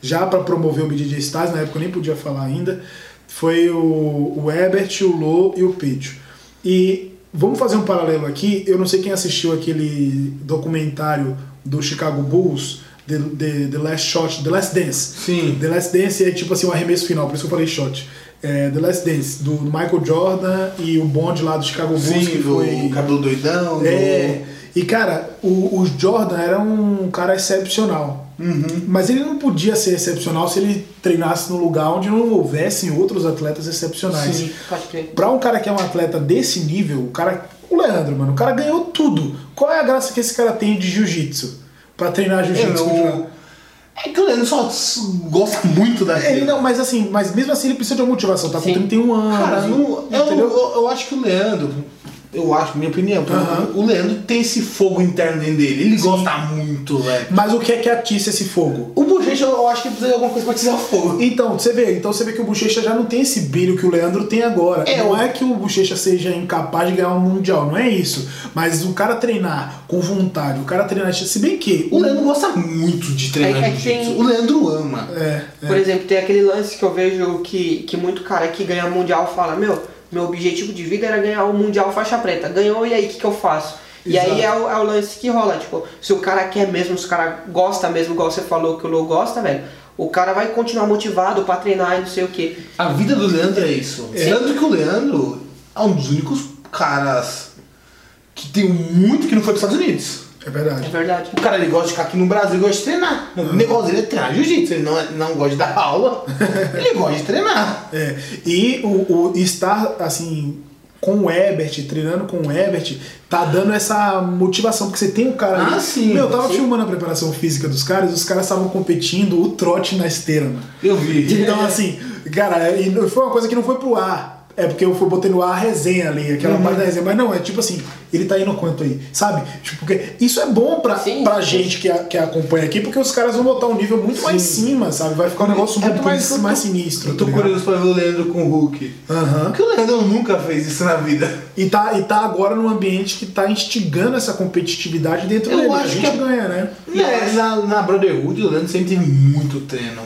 A: já para promover o BDJ Stars, na época eu nem podia falar ainda. Foi o, o Ebert, o Lô e o Pecho. E vamos fazer um paralelo aqui. Eu não sei quem assistiu aquele documentário do Chicago Bulls, The, The- The Last Shot, The Last Dance.
B: Sim.
A: The Last Dance é tipo assim o arremesso final, por isso que eu falei shot. É, The Last Dance, do Michael Jordan e o Bond lá do Chicago Bulls, que
B: Sim, do
A: foi.
B: cabelo doidão. do-
A: É. E cara, o, o Jordan era um cara excepcional. Mas ele não podia ser excepcional se ele treinasse num lugar onde não houvessem outros atletas excepcionais.
C: Sim, pode crer.
A: Pra um cara que é um atleta desse nível, o cara. O Leandro, mano, o cara ganhou tudo. Qual é a graça que esse cara tem de jiu-jitsu? Pra treinar
B: É,
A: jiu-jitsu?
B: o- é que o Leandro só gosta muito da
A: Ele não, mas assim, mas mesmo assim ele precisa de uma motivação, tá
C: Sim.
A: com 31 anos.
B: Cara, não- eu,
A: entendeu?
B: eu, eu acho que o Leandro, eu acho, minha opinião,
A: Aham.
B: o Leandro tem esse fogo interno dentro dele. Ele gosta muito, velho.
A: Mas o que é que atiça esse fogo?
B: O Bochecha, eu acho que precisa de alguma coisa pra tirar o fogo.
A: Então, você vê, então você vê que o Bochecha já não tem esse brilho que o Leandro tem agora.
B: É,
A: não
B: o-
A: é que o Bochecha seja incapaz de ganhar um mundial, não é isso. Mas o cara treinar com vontade, o cara treinar. Se bem que.
B: O Leandro gosta muito de treinar
C: É que
B: jiu-jitsu.
C: tem-
B: O Leandro ama.
A: É,
C: Por exemplo, tem aquele lance que eu vejo que, que muito cara que ganha mundial fala, meu, meu objetivo de vida era ganhar o mundial faixa preta. Ganhou, e aí, o que, que eu faço? E aí é o, é o lance que rola, tipo, se o cara quer mesmo, se o cara gosta mesmo, igual você falou que o Lou gosta, velho, o cara vai continuar motivado pra treinar e não sei o que.
B: A vida do Leandro é isso.
A: É.
B: Tanto que o Leandro é um dos únicos caras que tem muito que não foi pros Estados Unidos.
A: é
C: É
A: verdade.
C: verdade.
B: O cara ele gosta de ficar aqui no Brasil, ele gosta de treinar. O negócio dele é treinar jiu-jitsu. Ele não, é- não gosta de dar aula, ele gosta de treinar.
A: É, e o, o estar assim com o Ebert, treinando com o Ebert, tá dando essa motivação, porque você tem um cara.
B: Ah,
A: ali-
B: sim,
A: Meu, eu tava
B: sim.
A: filmando a preparação física dos caras, os caras estavam competindo o trote na esteira, mano.
B: Eu vi.
A: assim, é, Então, assim, cara, e não- foi uma coisa que não foi pro ar. É porque eu fui- botei no ar a resenha ali,
B: Uhum.
A: aquela parte da resenha. Mas não, é tipo assim, ele tá indo quanto aí, sabe? Tipo, porque isso é bom pra,
C: Sim.
A: pra gente que, a- que acompanha aqui, porque os caras vão botar um nível muito mais cima, sabe? Vai ficar um negócio
B: É,
A: muito
B: por
A: mais,
B: isso que eu tô-
A: mais sinistro.
B: Eu tô
A: tá ligado?
B: curioso pra ver o Leandro com o Hulk.
A: Aham.
B: Porque o Leandro nunca fez isso na vida.
A: E tá, e tá agora num ambiente que tá instigando essa competitividade dentro
B: Eu
A: dele. a
B: acho
A: gente
B: que-
A: ganha, né?
B: É, na, na Brotherhood o Leandro sempre teve muito treino.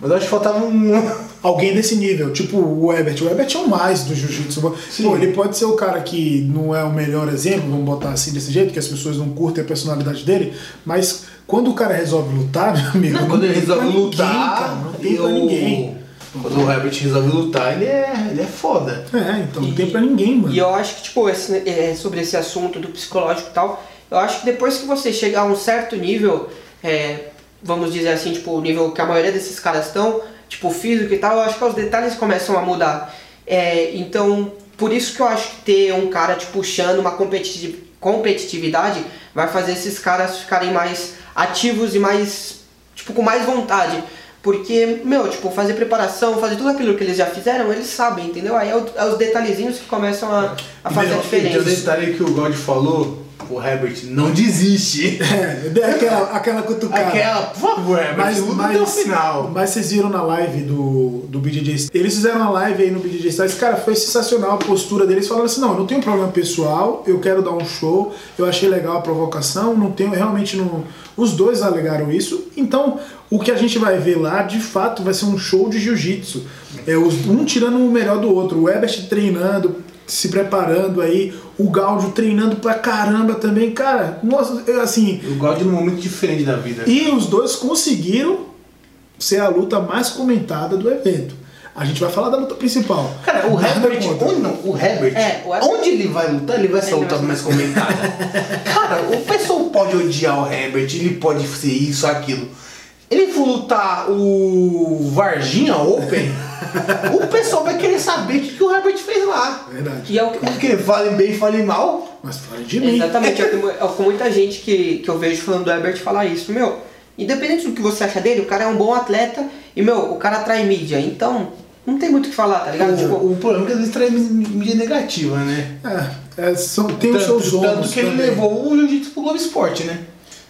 B: Mas eu acho que faltava um.
A: Alguém desse nível, tipo o Ebert. O Ebert é o mais do jiu-jitsu. Pô, ele pode ser o cara que não é o melhor exemplo, vamos botar assim desse jeito, que as pessoas não curtem a personalidade dele, mas quando o cara resolve lutar, meu amigo.
B: Não, quando ele
A: tem pra
B: resolve
A: ninguém,
B: lutar,
A: cara, não tem pra
B: eu-
A: ninguém.
B: Quando o Herbert resolve lutar, ele é, ele é foda.
A: É, então não
C: E-
A: tem pra ninguém, mano.
C: E eu acho que, tipo, esse- é, sobre esse assunto do psicológico e tal, eu acho que depois que você chegar a um certo nível, é, vamos dizer assim, tipo, o nível que a maioria desses caras estão, tipo, físico e tal, eu acho que os detalhes começam a mudar. É, então, por isso que eu acho que ter um cara te puxando uma competiti- competitividade vai fazer esses caras ficarem mais ativos e mais tipo, com mais vontade. Porque, meu, tipo, fazer preparação, fazer tudo aquilo que eles já fizeram, eles sabem, entendeu? Aí é, o- é os detalhezinhos que começam a, a fazer a
B: Não, Tem um
C: diferença.
B: detalhe que o God falou, o Herbert não desiste.
A: É, deu aquela, aquela cutucada.
B: Aquela, por favor, Herbert, luta até É, o um final.
A: Mas vocês viram na live do, do BJJ Styles. Eles fizeram uma live aí no BJJ Styles. Cara, foi sensacional a postura deles. Falaram assim, não, eu não tenho problema pessoal, eu quero dar um show, eu achei legal a provocação, não tenho, realmente não... Os dois alegaram isso. Então, o que a gente vai ver lá, de fato, vai ser um show de jiu-jitsu. É, os- um tirando o melhor do outro. O Ebert treinando, se preparando aí. O Gaudio treinando pra caramba também. Cara, nossa, eu, assim...
B: O God num um momento diferente da vida.
A: E os dois conseguiram ser a luta mais comentada do evento. A gente vai falar da luta principal.
B: Cara, o
A: Nada
B: Herbert,
A: contra.
B: onde, não, o Herbert,
C: É, o Herbert-
B: onde ele vai lutar, ele vai ser a
C: Ele
B: luta
C: vai-
B: mais comentada. Cara, o pessoal pode odiar o Herbert, ele pode ser isso, aquilo. Ele for lutar o Varginha Open, o pessoal vai querer saber o que, que o Herbert fez lá.
A: Verdade.
C: E é o que,
B: Porque falem bem, falem mal.
A: Mas fala de mim.
C: Exatamente, é o que mu- é o que muita gente que, que eu vejo falando do Herbert falar isso, meu. Independente do que você acha dele, o cara é um bom atleta e, meu, o cara atrai mídia. Então, não tem muito o que falar, tá ligado? Tipo,
B: O, o problema é que às vezes traz mídia negativa, né?
A: É, é, são- tem os seus
B: Tanto,
A: ônus.
B: tanto que ele
A: também.
B: levou o Jiu-Jitsu pro Globo Esporte, né?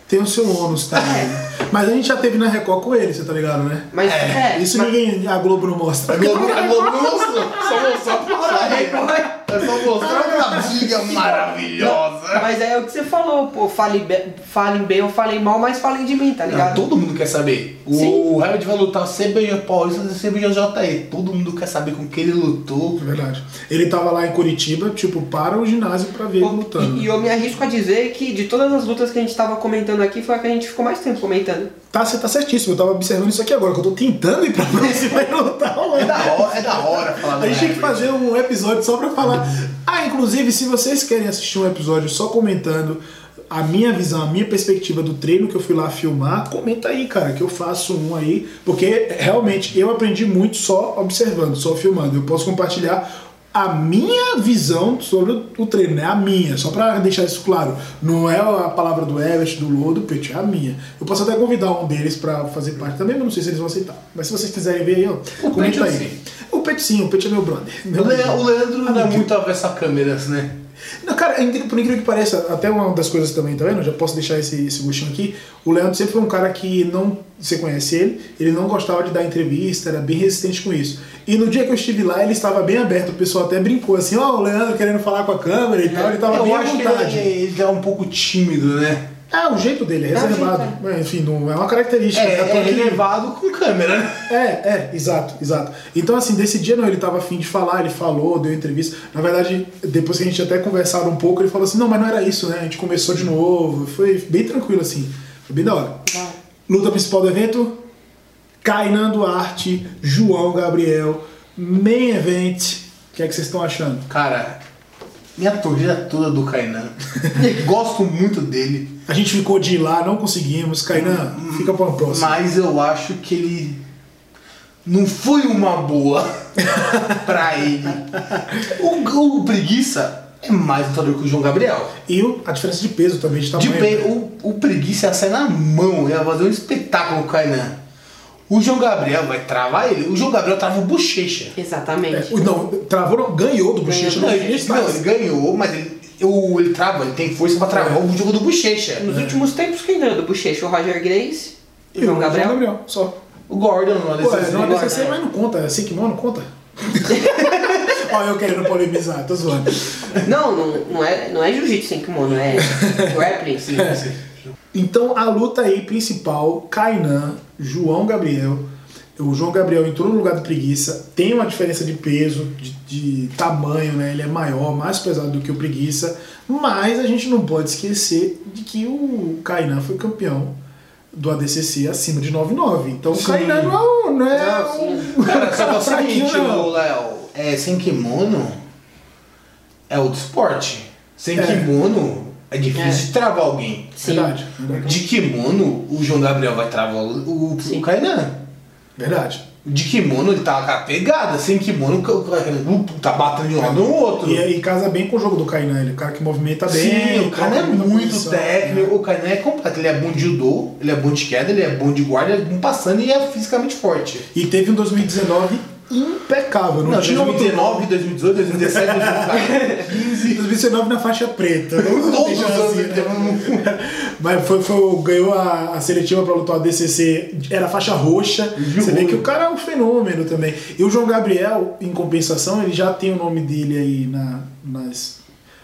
A: Tem o seu ônus também. Mas a gente já teve na Record com ele, você tá ligado, né?
C: mas é,
A: Isso
C: mas-
A: ninguém. A Globo não mostra.
B: A Globo, a Globo não mostrou, é só mostrou a porcaria. É só mostrar aquela briga maravilhosa.
C: mas é o que você falou, pô, fale be- falem bem ou falem mal, mas falem de mim, tá
B: Não,
C: ligado?
B: todo mundo quer saber. O
C: Sim.
B: Herbert vai lutar o CBJ Paulista e o CBJJE. Todo mundo quer saber com que ele lutou.
A: É Verdade. Ele tava lá em Curitiba, tipo, para o ginásio pra ver ele lutando.
C: E, e eu me arrisco a dizer que de todas as lutas que a gente tava comentando aqui, foi a que a gente ficou mais tempo comentando.
A: Tá, você tá certíssimo. Eu tava observando isso aqui agora, que eu tô tentando ir pra ver se vai lutar ou
B: É da hora, é da hora falar do
A: A gente tinha que
B: Herbert.
A: fazer um episódio só pra falar. Ah, inclusive, se vocês querem assistir um episódio só comentando a minha visão, a minha perspectiva do treino que eu fui lá filmar, comenta aí, cara, que eu faço um aí. Porque realmente eu aprendi muito só observando, só filmando. Eu posso compartilhar a minha visão sobre o treino, né? A minha, só pra deixar isso claro. Não é a palavra do Everett, do Lô, do Pet, é a minha. Eu posso até convidar um deles pra fazer parte também, mas não sei se eles vão aceitar. Mas se vocês quiserem ver aí, ó,
B: O
A: comenta
B: Pet eu
A: aí.
B: sei.
A: O Pet sim, o Pet é meu brother.
B: O
A: Meu
B: Le-
A: amigo.
B: o Leandro não é
A: Amigo.
B: muito avesso a câmeras, né?
A: Não, cara, é incrível- por incrível que pareça, até uma das coisas também, tá vendo? Já posso deixar esse, esse gostinho aqui. O Leandro sempre foi um cara que não. Você conhece ele, ele não gostava de dar entrevista, era bem resistente com isso. E no dia que eu estive lá, ele estava bem aberto, o pessoal até brincou assim: ó, o Leandro querendo falar com a câmera e tal, ele tava bem
B: Eu
A: à
B: acho que
A: vontade.
B: ele, ele é um pouco tímido, né?
A: Ah, o jeito dele, é
C: o jeito,
A: reservado. Mas, Enfim, não é uma característica.
B: É,
A: né? Tô
B: é
A: aqui-
B: relevado com câmera, né?
A: É, é, exato, exato. Então, assim, desse dia não, ele tava afim de falar, ele falou, deu entrevista. Na verdade, depois que a gente até conversaram um pouco, ele falou assim: não, mas não era isso, né? A gente começou de novo. Foi bem tranquilo, assim. Foi bem da hora. Luta principal do evento: Kainan Duarte, João Gabriel, Main Event. O que é que vocês estão achando?
B: Cara, minha torcida é toda do Kainan. Gosto muito dele.
A: A gente ficou de ir lá, não conseguimos. Kainan, fica para o próximo.
B: Mas eu acho que ele não foi uma boa pra ele. O, o Preguiça é mais lutador que o João Gabriel.
A: E o- a diferença de peso também, é. de
B: De
A: tamanho.
B: é pé, o, o Preguiça ia sair na mão, ia fazer um espetáculo com o Kainan. O João Gabriel vai travar ele. O João Gabriel trava o bochecha.
A: É,
C: Exatamente.
A: o- não, travou, não, ganhou do Bochecha.
B: Não,
A: Não,
B: ele, não, ele ganhou, mas ele, o- ele trava, ele tem força pra travar É, o jogo do bochecha.
C: Nos últimos tempos, quem ganhou do Bochecha? O Roger Grace? O João Gabriel?
A: Gabriel, só.
B: O Gordon, não é
A: Pô, é, não,
C: Gordon,
A: DCC,
C: né?
A: mas não conta. É Sigmund, não conta? Ó, eu querendo polemizar, tô zoando.
C: Não, não, não é, não é jiu-jitsu sem kimono, é grappling.
B: É,
A: Então a luta aí principal, Kainan, João Gabriel. O João Gabriel entrou no lugar do Preguiça, tem uma diferença de peso, de, de tamanho, né? Ele é maior, mais pesado do que o Preguiça, mas a gente não pode esquecer de que o Kainan foi campeão do ADCC acima de 9,9. Então o
B: Sim.
A: Kainan não é, um- não é
C: Não,
A: um-
C: sim.
B: Cara, só que é o seguinte,
A: Fraquinho, não.
B: ô, Léo, é, sem kimono é outro esporte. Sem
A: É.
B: kimono é difícil
C: É.
B: de travar alguém.
C: Sim.
A: Verdade, verdade.
B: De kimono, o João Gabriel vai travar o, o,
C: Sim.
B: o Kainan.
A: verdade.
B: De kimono ele tá com a pegada, sem kimono o Kainan uh, tá batendo de um lado no outro.
A: E aí casa bem com o jogo do Kainan, ele é o cara que movimenta bem.
B: Sim, o cara é
A: troca muita
B: muito
A: posição,
B: técnico,
A: né?
B: o Kainan é completo, ele é bom de judô, ele é bom de queda, ele é bom de guarda, ele é bom passando e é fisicamente forte.
A: E teve um 2019 impecável. Não,
B: Não,
A: tinha outro
B: 2019, 2018, 2017, 2015.
A: 2019 na faixa preta. Não
B: Todos
A: deixa
B: os
A: assim,
B: anos então.
A: né?
B: ele teve
A: Mas foi, foi- ganhou a, a seletiva pra lutar o DCC, era faixa roxa.
B: Juro.
A: Você vê que o cara é um fenômeno também. E o João Gabriel, em compensação, ele já tem o nome dele aí na, nas-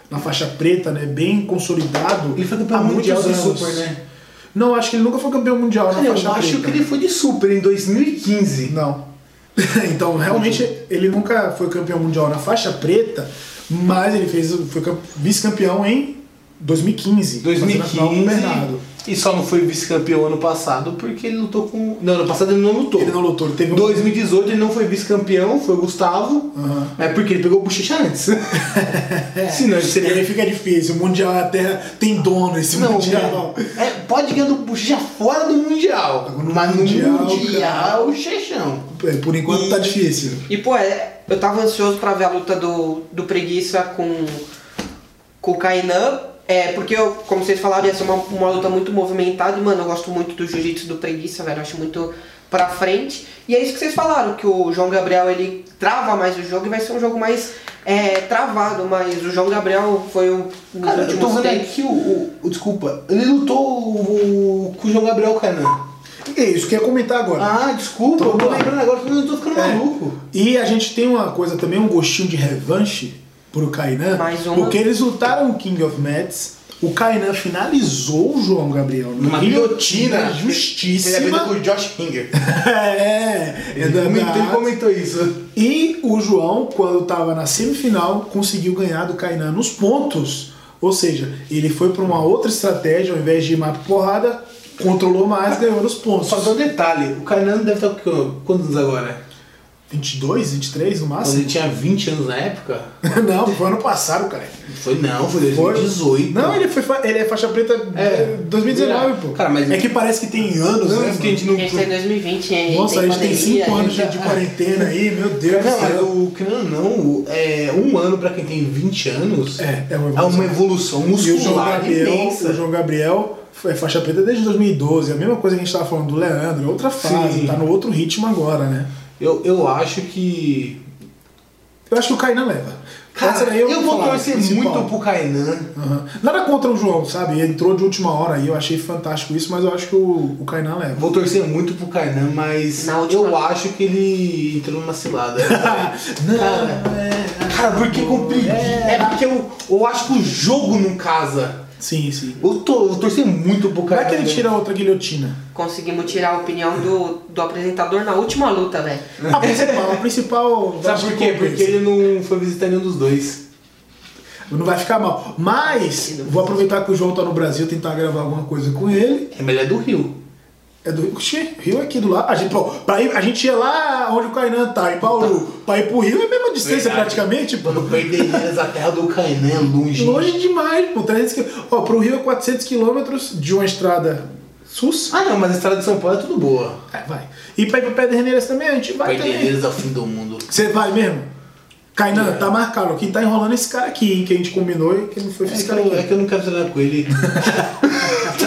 A: na faixa preta, né? Bem consolidado.
B: Ele foi campeão
A: há muitos
B: mundial de
A: anos.
B: super, né?
A: Não, acho que ele nunca foi campeão mundial
B: Cara,
A: na
B: eu
A: faixa preta.
B: acho que ele foi de super em 2015.
A: Não. então, realmente, ele nunca foi campeão mundial na faixa preta, mas ele fez, foi cam- vice-campeão em 2015. fazendo a final com o
B: 2015.
A: Bernardo.
B: E só não foi vice-campeão ano passado porque ele lutou com. Não, ano passado ele não lutou.
A: Ele não lutou, ele teve
B: Em
A: um-
B: 2018 ele não foi vice-campeão, foi o Gustavo.
A: Aham.
B: É porque ele pegou o bochecha antes. Senão ele
A: E
B: seria.
A: aí fica difícil, o Mundial é a Terra tem dono esse
B: Não,
A: Mundial.
B: é, pode ganhar do bochecha fora do Mundial.
A: No
B: mas no
A: Mundial, cara.
B: Mundial, o chechão.
A: É, Por enquanto tá difícil.
C: E pô, é, eu tava ansioso pra ver a luta do, do Preguiça com, com o Kainan. É, porque eu, como vocês falaram, ia ser uma, uma luta muito movimentada. E, mano, eu gosto muito do jiu-jitsu do Preguiça, velho. Eu acho muito pra frente. E é isso que vocês falaram, que o João Gabriel, ele trava mais o jogo e vai ser um jogo mais é, travado. Mas o João Gabriel foi um dos
B: Cara, eu tô
C: últimos
B: vendo
C: tempos.
B: aqui o, o- o- Desculpa, ele lutou o, o- com o João Gabriel Canan.
A: É isso que eu ia comentar agora.
B: Ah, desculpa, eu tô lembrando agora que eu tô ficando
A: É.
B: maluco.
A: E a gente tem uma coisa também, um gostinho de revanche pro Kainan,
C: Mais uma.
A: porque eles lutaram o King of Mets, o Kainan finalizou o João Gabriel numa guilhotina
B: Ele é
A: justíssima.
B: abriu com o Josh Hinger.
A: É, é
B: Ele,
A: da-
B: comentou, ele
A: da-
B: comentou isso.
A: E o João, quando estava na semifinal, conseguiu ganhar do Kainan nos pontos. Ou seja, ele foi para uma outra estratégia, ao invés de ir mais pra porrada, controlou mais, ganhou nos pontos.
B: Só tem um detalhe, o Canan deve estar com quantos anos agora?
A: 22, 23 no
B: Quando
A: máximo?
B: ele tinha 20 anos na época?
A: Não, foi ano passado, cara.
B: Foi não, foi
A: Foi.
B: 2018.
A: Não, ele, foi, fa- ele é faixa preta
B: É.
A: de 2019, pô.
B: Cara, mas-
A: É que parece que tem anos, né?
B: Anos que a
A: mano?
B: gente não.
C: A gente tá em 2020, hein?
A: Nossa, a gente tem
C: pandemia,
A: 5
C: a
A: anos
C: gente
A: de, de quarentena aí, meu Deus do
B: tá Não, mas
A: céu.
B: o Canan não, é um ano pra quem tem 20 anos
A: É, é uma
B: é uma evolução
A: E o João
B: muscular
A: Gabriel,
B: imensa.
A: o João Gabriel foi faixa preta desde 2012, a mesma coisa que a gente tava falando do Leandro, é outra fase,
B: Sim.
A: tá no outro ritmo agora, né?
B: Eu, eu acho que.
A: Eu acho que o Kainan leva. Essa
B: Cara,
A: daí
B: eu,
A: vou
B: vou
A: falar,
B: torcer
A: principal.
B: muito pro Kainan.
A: Aham. Nada contra o João, sabe? Ele entrou de última hora aí, eu achei fantástico isso, mas eu acho que o, o Kainan leva.
B: Vou torcer muito pro Kainan, mas
C: Na última-
B: eu acho que ele entrou numa cilada.
A: Não,
B: Cara, Cara, porque com preguiça. É porque eu, eu acho que o jogo não casa.
A: Sim, sim.
B: Eu, tô, eu vou torcer muito pro
A: Como
B: Kainan.
A: é que ele tira outra guilhotina?
C: Conseguimos tirar a opinião do, do apresentador na última luta, velho.
A: A principal, a principal.
B: Sabe por quê? Porque ele não foi visitar nenhum dos dois.
A: Não vai ficar mal. Mas, vou aproveitar que o João tá no Brasil, tentar gravar alguma coisa com ele.
B: É melhor do Rio.
A: É do Rio. Oxê, Rio é aqui do lado. A gente, pô, pra ir- a gente ia lá onde o Kainan tá, em Paulo. Pra ir pro Rio é a mesma distância
B: Verdade.
A: praticamente, pô.
B: Mano, Perdeiras, a terra do Kainan, é longe.
A: Longe demais, pô. 300 quilômetros. Ó, pro Rio é 400 quilômetros de uma estrada sus.
B: Ah não, mas a estrada de São Paulo é tudo boa.
A: É, vai. E pra ir pro Pé de Reneiras também, a gente vai também.
B: Perdeiras é o fim do mundo.
A: Você vai mesmo? Kainan,
B: É.
A: tá marcado. Quem tá enrolando é esse cara aqui, hein? Que a gente combinou e que não foi
B: É que, eu, é
A: fiscalizado.
B: que eu não quero treinar com ele.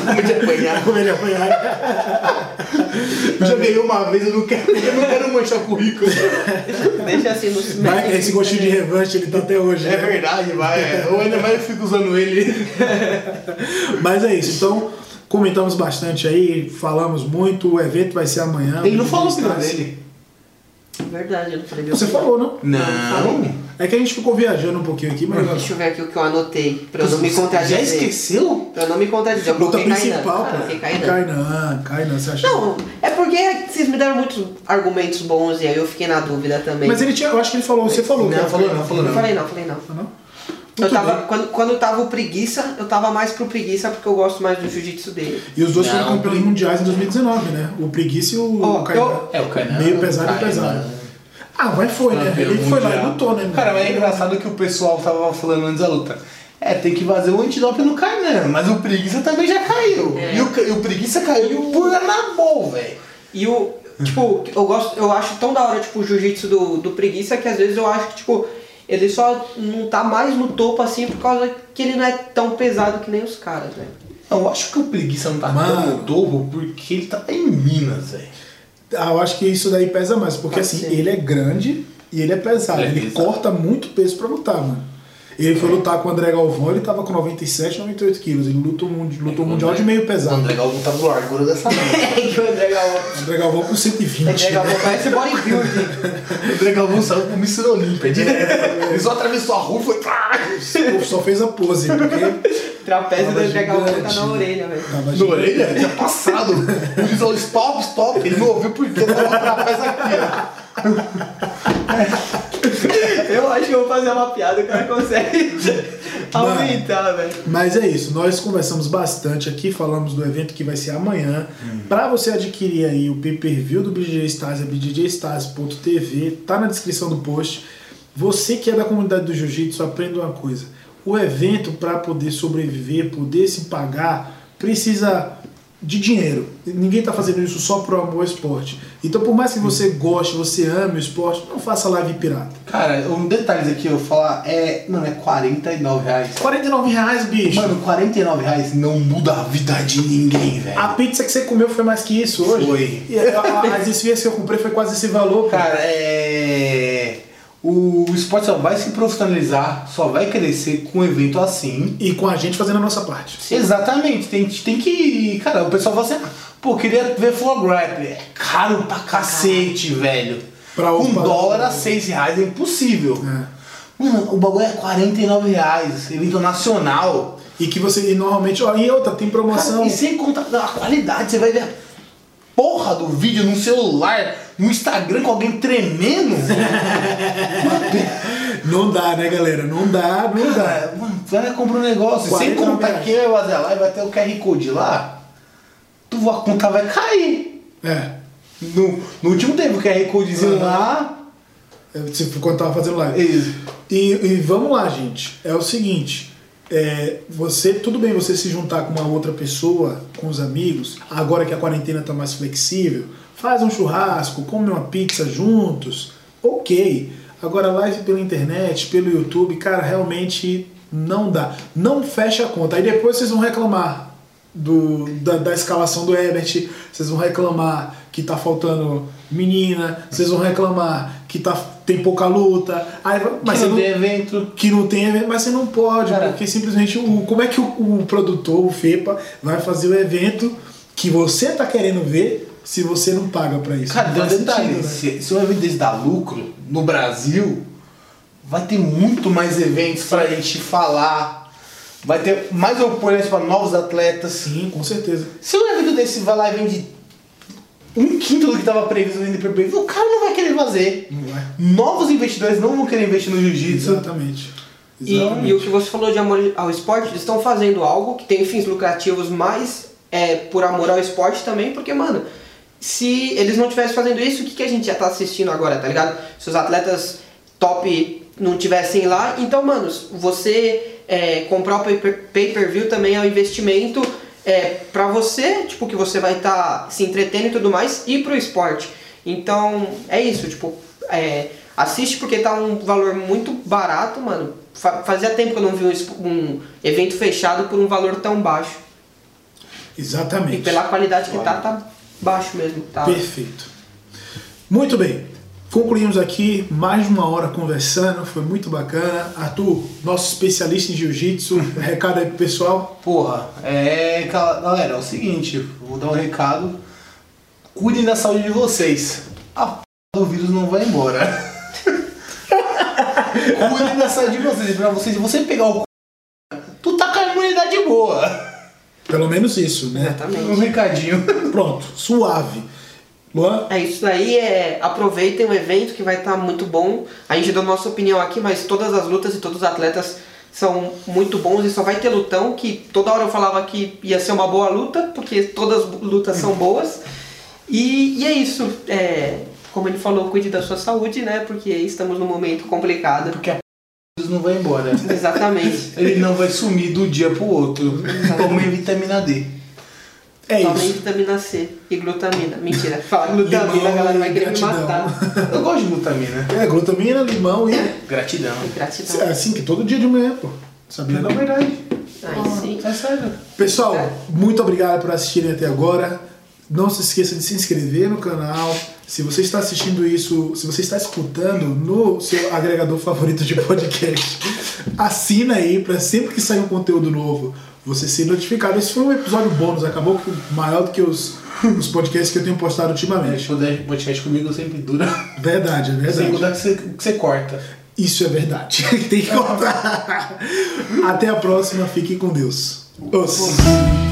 B: Muito apanhado.
A: Como ele né? apanhar.
B: É. Já ganhei uma vez, eu não quero, eu não quero manchar o currículo.
C: Deixa assim no
A: Vai, esse gostinho de revanche ele tá até hoje.
B: É
A: né?
B: verdade, vai. é. Ou ainda mais eu fico usando ele.
A: Mas é isso. Então, comentamos bastante aí, falamos muito. O evento vai ser amanhã.
B: Ele não falou o
A: Entrevistas.
B: final dele.
C: Verdade, eu não falei meu
A: Você
C: final.
A: falou, não?
B: Não.
A: É que a gente ficou viajando um pouquinho aqui,
B: Uhum.
A: mas.
C: Deixa eu ver aqui o que eu anotei, pra eu não me
B: Já
C: contradizer.
B: esqueceu?
C: Pra eu não me contradizer, eu
A: Luta
C: coloquei Kainan.
A: principal,
C: Ah,
A: pô. é
C: coloquei Kainan.
A: Kainan, Kainan, você acha?
C: Não, é porque vocês me deram muitos argumentos bons e aí eu fiquei na dúvida também.
A: Mas ele tinha, eu acho que ele falou, você falou.
B: Não,
A: cara.
B: falou não, falou
C: Não falei não, falei não.
A: Não?
C: Eu
A: Muito
C: tava,
A: bem.
C: quando, quando eu tava o preguiça, eu tava mais pro preguiça porque eu gosto mais do jiu-jitsu dele.
A: E os dois
B: Não.
A: foram campeões mundiais em 2019, né? O Preguiça e o
C: Ó,
A: Kainan.
C: eu-
D: É, o Kainan.
A: Meio pesado e
D: Kainan.
A: pesado. Ah, mas foi, né?
B: Campeão
A: Ele foi lá e
B: mundial.
A: lutou, né?
B: um Cara, mas é engraçado que o pessoal tava falando antes da luta. É, tem que fazer o antidope no Kainan, mas o preguiça também já caiu.
C: É.
B: E, o, ca- e o preguiça caiu por anabol, velho.
C: E o. Tipo, eu gosto, eu acho tão da hora, tipo, o jiu-jitsu do, do preguiça que às vezes eu acho que, tipo, ele só não tá mais no topo assim por causa que ele não é tão pesado que nem os caras, né?
B: Não, Eu acho que o preguiça não tá tão
A: Mano.
B: no topo porque ele tá em Minas, velho.
A: Ah, eu acho que isso daí pesa mais, porque
C: Pode
A: assim,
C: ser.
A: ele é grande e ele é pesado.
D: Ele é
A: Ele,
D: pesado.
A: corta muito peso pra lutar, mano. Ele foi lutar com o André Galvão, ele tava com 97, 98 quilos. Ele lutou, mundi- lutou
D: o
A: mundial
D: André-
A: de meio pesado.
B: André Galvão tá do largura dessa não.
C: É que o André Galvão.
A: André Galvão com 120.
C: André Galvão parece bodybuilding.
B: o André Galvão saiu pro Mr. Olímpia direto. Ele só atravessou a rua e foi...
A: Né? Só fez a pose, porque
C: Trapézio do
A: Tava
C: André Galvão tá
A: gigante.
C: na orelha, velho.
A: tava
B: Na
A: gigante.
B: orelha? Tinha passado. O juiz falou, stop, stop. Ele não ouviu porque eu tava atrás aqui, né?
C: Eu acho que eu vou fazer uma piada, o cara consegue aumentar, velho.
A: Mas é isso, nós conversamos bastante aqui, falamos do evento que vai ser amanhã. Pra você adquirir aí o pay-per-view do BJJ Stars, é bjjstars.tv, tá na descrição do post. Você que é da comunidade do jiu-jitsu, aprenda uma coisa. O evento para poder sobreviver, poder se pagar, precisa de dinheiro. Ninguém tá fazendo isso só por amor ao esporte. Então, por mais que você goste, você ame o esporte, não faça live pirata.
B: ó. Cara, um detalhe aqui, eu vou falar, é... Mano, é 49 reais.
A: R$ 49 reais, bicho.
B: Mano, 49 reais não muda a vida de ninguém, velho.
A: A pizza que você comeu foi mais que isso hoje?
B: Foi.
A: E a- a- as esfias que eu comprei foi quase esse valor, cara.
B: Cara, é... O esporte só vai se profissionalizar, só vai crescer com um evento assim.
A: E com a gente fazendo a nossa parte.
B: Exatamente, tem, tem que. Cara, o pessoal fala assim, "Ah, pô, queria ver Flow Grappling. É caro pra cacete, velho.
A: Pra
B: um
A: um- pra-
B: dólar a seis reais é impossível.
A: né?
B: Mano, o bagulho é 49 reais, evento nacional.
A: E que você. E normalmente, ó, e outra, tem promoção.
B: Cara, e sem contar a qualidade, você vai ver a porra do vídeo no celular, no Instagram com alguém tremendo.
A: Não dá, né, galera? Não dá, não dá.
B: Cara, mano, tu vai comprar um negócio, sem
A: 49
B: contar
A: reais.
B: quem vai fazer a live, vai ter o QR Code lá, tu, a conta vai cair.
A: É.
B: No, no último tempo, que é Codezinho lá.
A: É, tipo, Quando tava fazendo live.
B: Isso.
A: E, e vamos lá, gente. É o seguinte. é, você, tudo bem você se juntar com uma outra pessoa, com os amigos, agora que a quarentena tá mais flexível, faz um churrasco, come uma pizza juntos, ok. Agora, live pela internet, pelo YouTube, cara, realmente não dá. Não fecha a conta. Aí depois vocês vão reclamar do, da, da escalação do Herbert, vocês vão reclamar que tá faltando menina, vocês vão reclamar que tá, tem pouca luta. Aí, mas
B: que
A: você
B: não
A: não-
B: tem evento.
A: que não tem evento, mas você não pode,
B: Cara.
A: porque simplesmente o, como é que o, o produtor, o FEPA, vai fazer o evento que você tá querendo ver se você não paga pra isso?
B: Cara,
A: Não
B: tem um
A: faz
B: detalhe.
A: sentido, né?
B: se, se um evento desse dá lucro no Brasil, vai ter muito mais eventos pra gente falar. Vai ter mais oportunidades pra novos atletas.
A: Sim, com certeza.
B: Se um evento desse vai lá e vende um quinto do que estava previsto no NPB, o cara não vai querer fazer.
A: Não vai.
B: Novos investidores não vão querer investir no jiu-jitsu.
A: Hum. Exatamente.
C: E,
A: Exatamente.
C: e o que você falou de amor ao esporte, eles estão fazendo algo que tem fins lucrativos, mas é por amor ao esporte também, porque, mano, se eles não estivessem fazendo isso, o que, que a gente já tá assistindo agora, tá ligado? Se os atletas top não tivessem lá, então, mano, você é, comprar o pay-per- pay-per-view também é um investimento é, pra você, tipo, que você vai estar se entretendo e tudo mais, e pro esporte. Então, é isso, tipo, é, Assiste porque tá um valor muito barato, mano. Fa- Fazia tempo que eu não vi um, expo- um evento fechado por um valor tão baixo. E
A: Exatamente.
C: pela qualidade que tá, tá baixo mesmo. Tá.
A: Perfeito. Muito bem. Concluímos aqui mais de uma hora conversando, foi muito bacana. Arthur, nosso especialista em jiu-jitsu, recado aí pro pessoal.
B: Porra, é. gal- Galera, é o seguinte, vou dar um recado. Cuidem da saúde de vocês. A p do vírus não vai embora. Cuidem da saúde de vocês. Pra vocês, se você pegar o c... tu tá com a imunidade boa.
A: Pelo menos isso, né?
B: Um
C: Exatamente.
B: recadinho.
A: Pronto, suave. Luan,
C: É isso aí, é, aproveitem o evento que vai estar muito bom. A gente deu nossa opinião aqui, mas todas as lutas e todos os atletas são muito bons e só vai ter lutão, que toda hora eu falava que ia ser uma boa luta, porque todas as lutas são boas. E, e é isso, é, como ele falou, cuide da sua saúde, né? Porque estamos num momento complicado.
B: Porque é a p do vírus não vai embora.
C: Exatamente.
B: Ele não vai sumir do dia pro outro. Tomem vitamina D.
A: é
C: Tomem
A: isso.
C: vitamina C e glutamina. Mentira, fala glutamina,
A: Limão
C: a galera vai
A: e
C: querer me
A: gratidão.
C: matar.
B: Eu gosto de glutamina.
A: É, glutamina, limão e.
B: Tá. Gratidão.
C: Gratidão.
A: É assim que todo dia de manhã, pô. Sabia não?
B: É verdade.
C: Aí sim.
B: É sério.
A: Pessoal,
C: É.
A: muito obrigado por assistirem até agora. Não se esqueça de se inscrever no canal. Se você está assistindo isso, se você está escutando no seu agregador favorito de podcast, assina aí para sempre que sair um conteúdo novo você ser notificado. Esse foi um episódio bônus, acabou que maior do que os, os podcasts que eu tenho postado ultimamente.
B: O podcast comigo sempre dura.
A: Verdade, é
B: Sem
A: verdade.
B: contar que você, que você corta.
A: Isso é verdade. Tem que contar. Até a próxima. Fique com Deus. Os.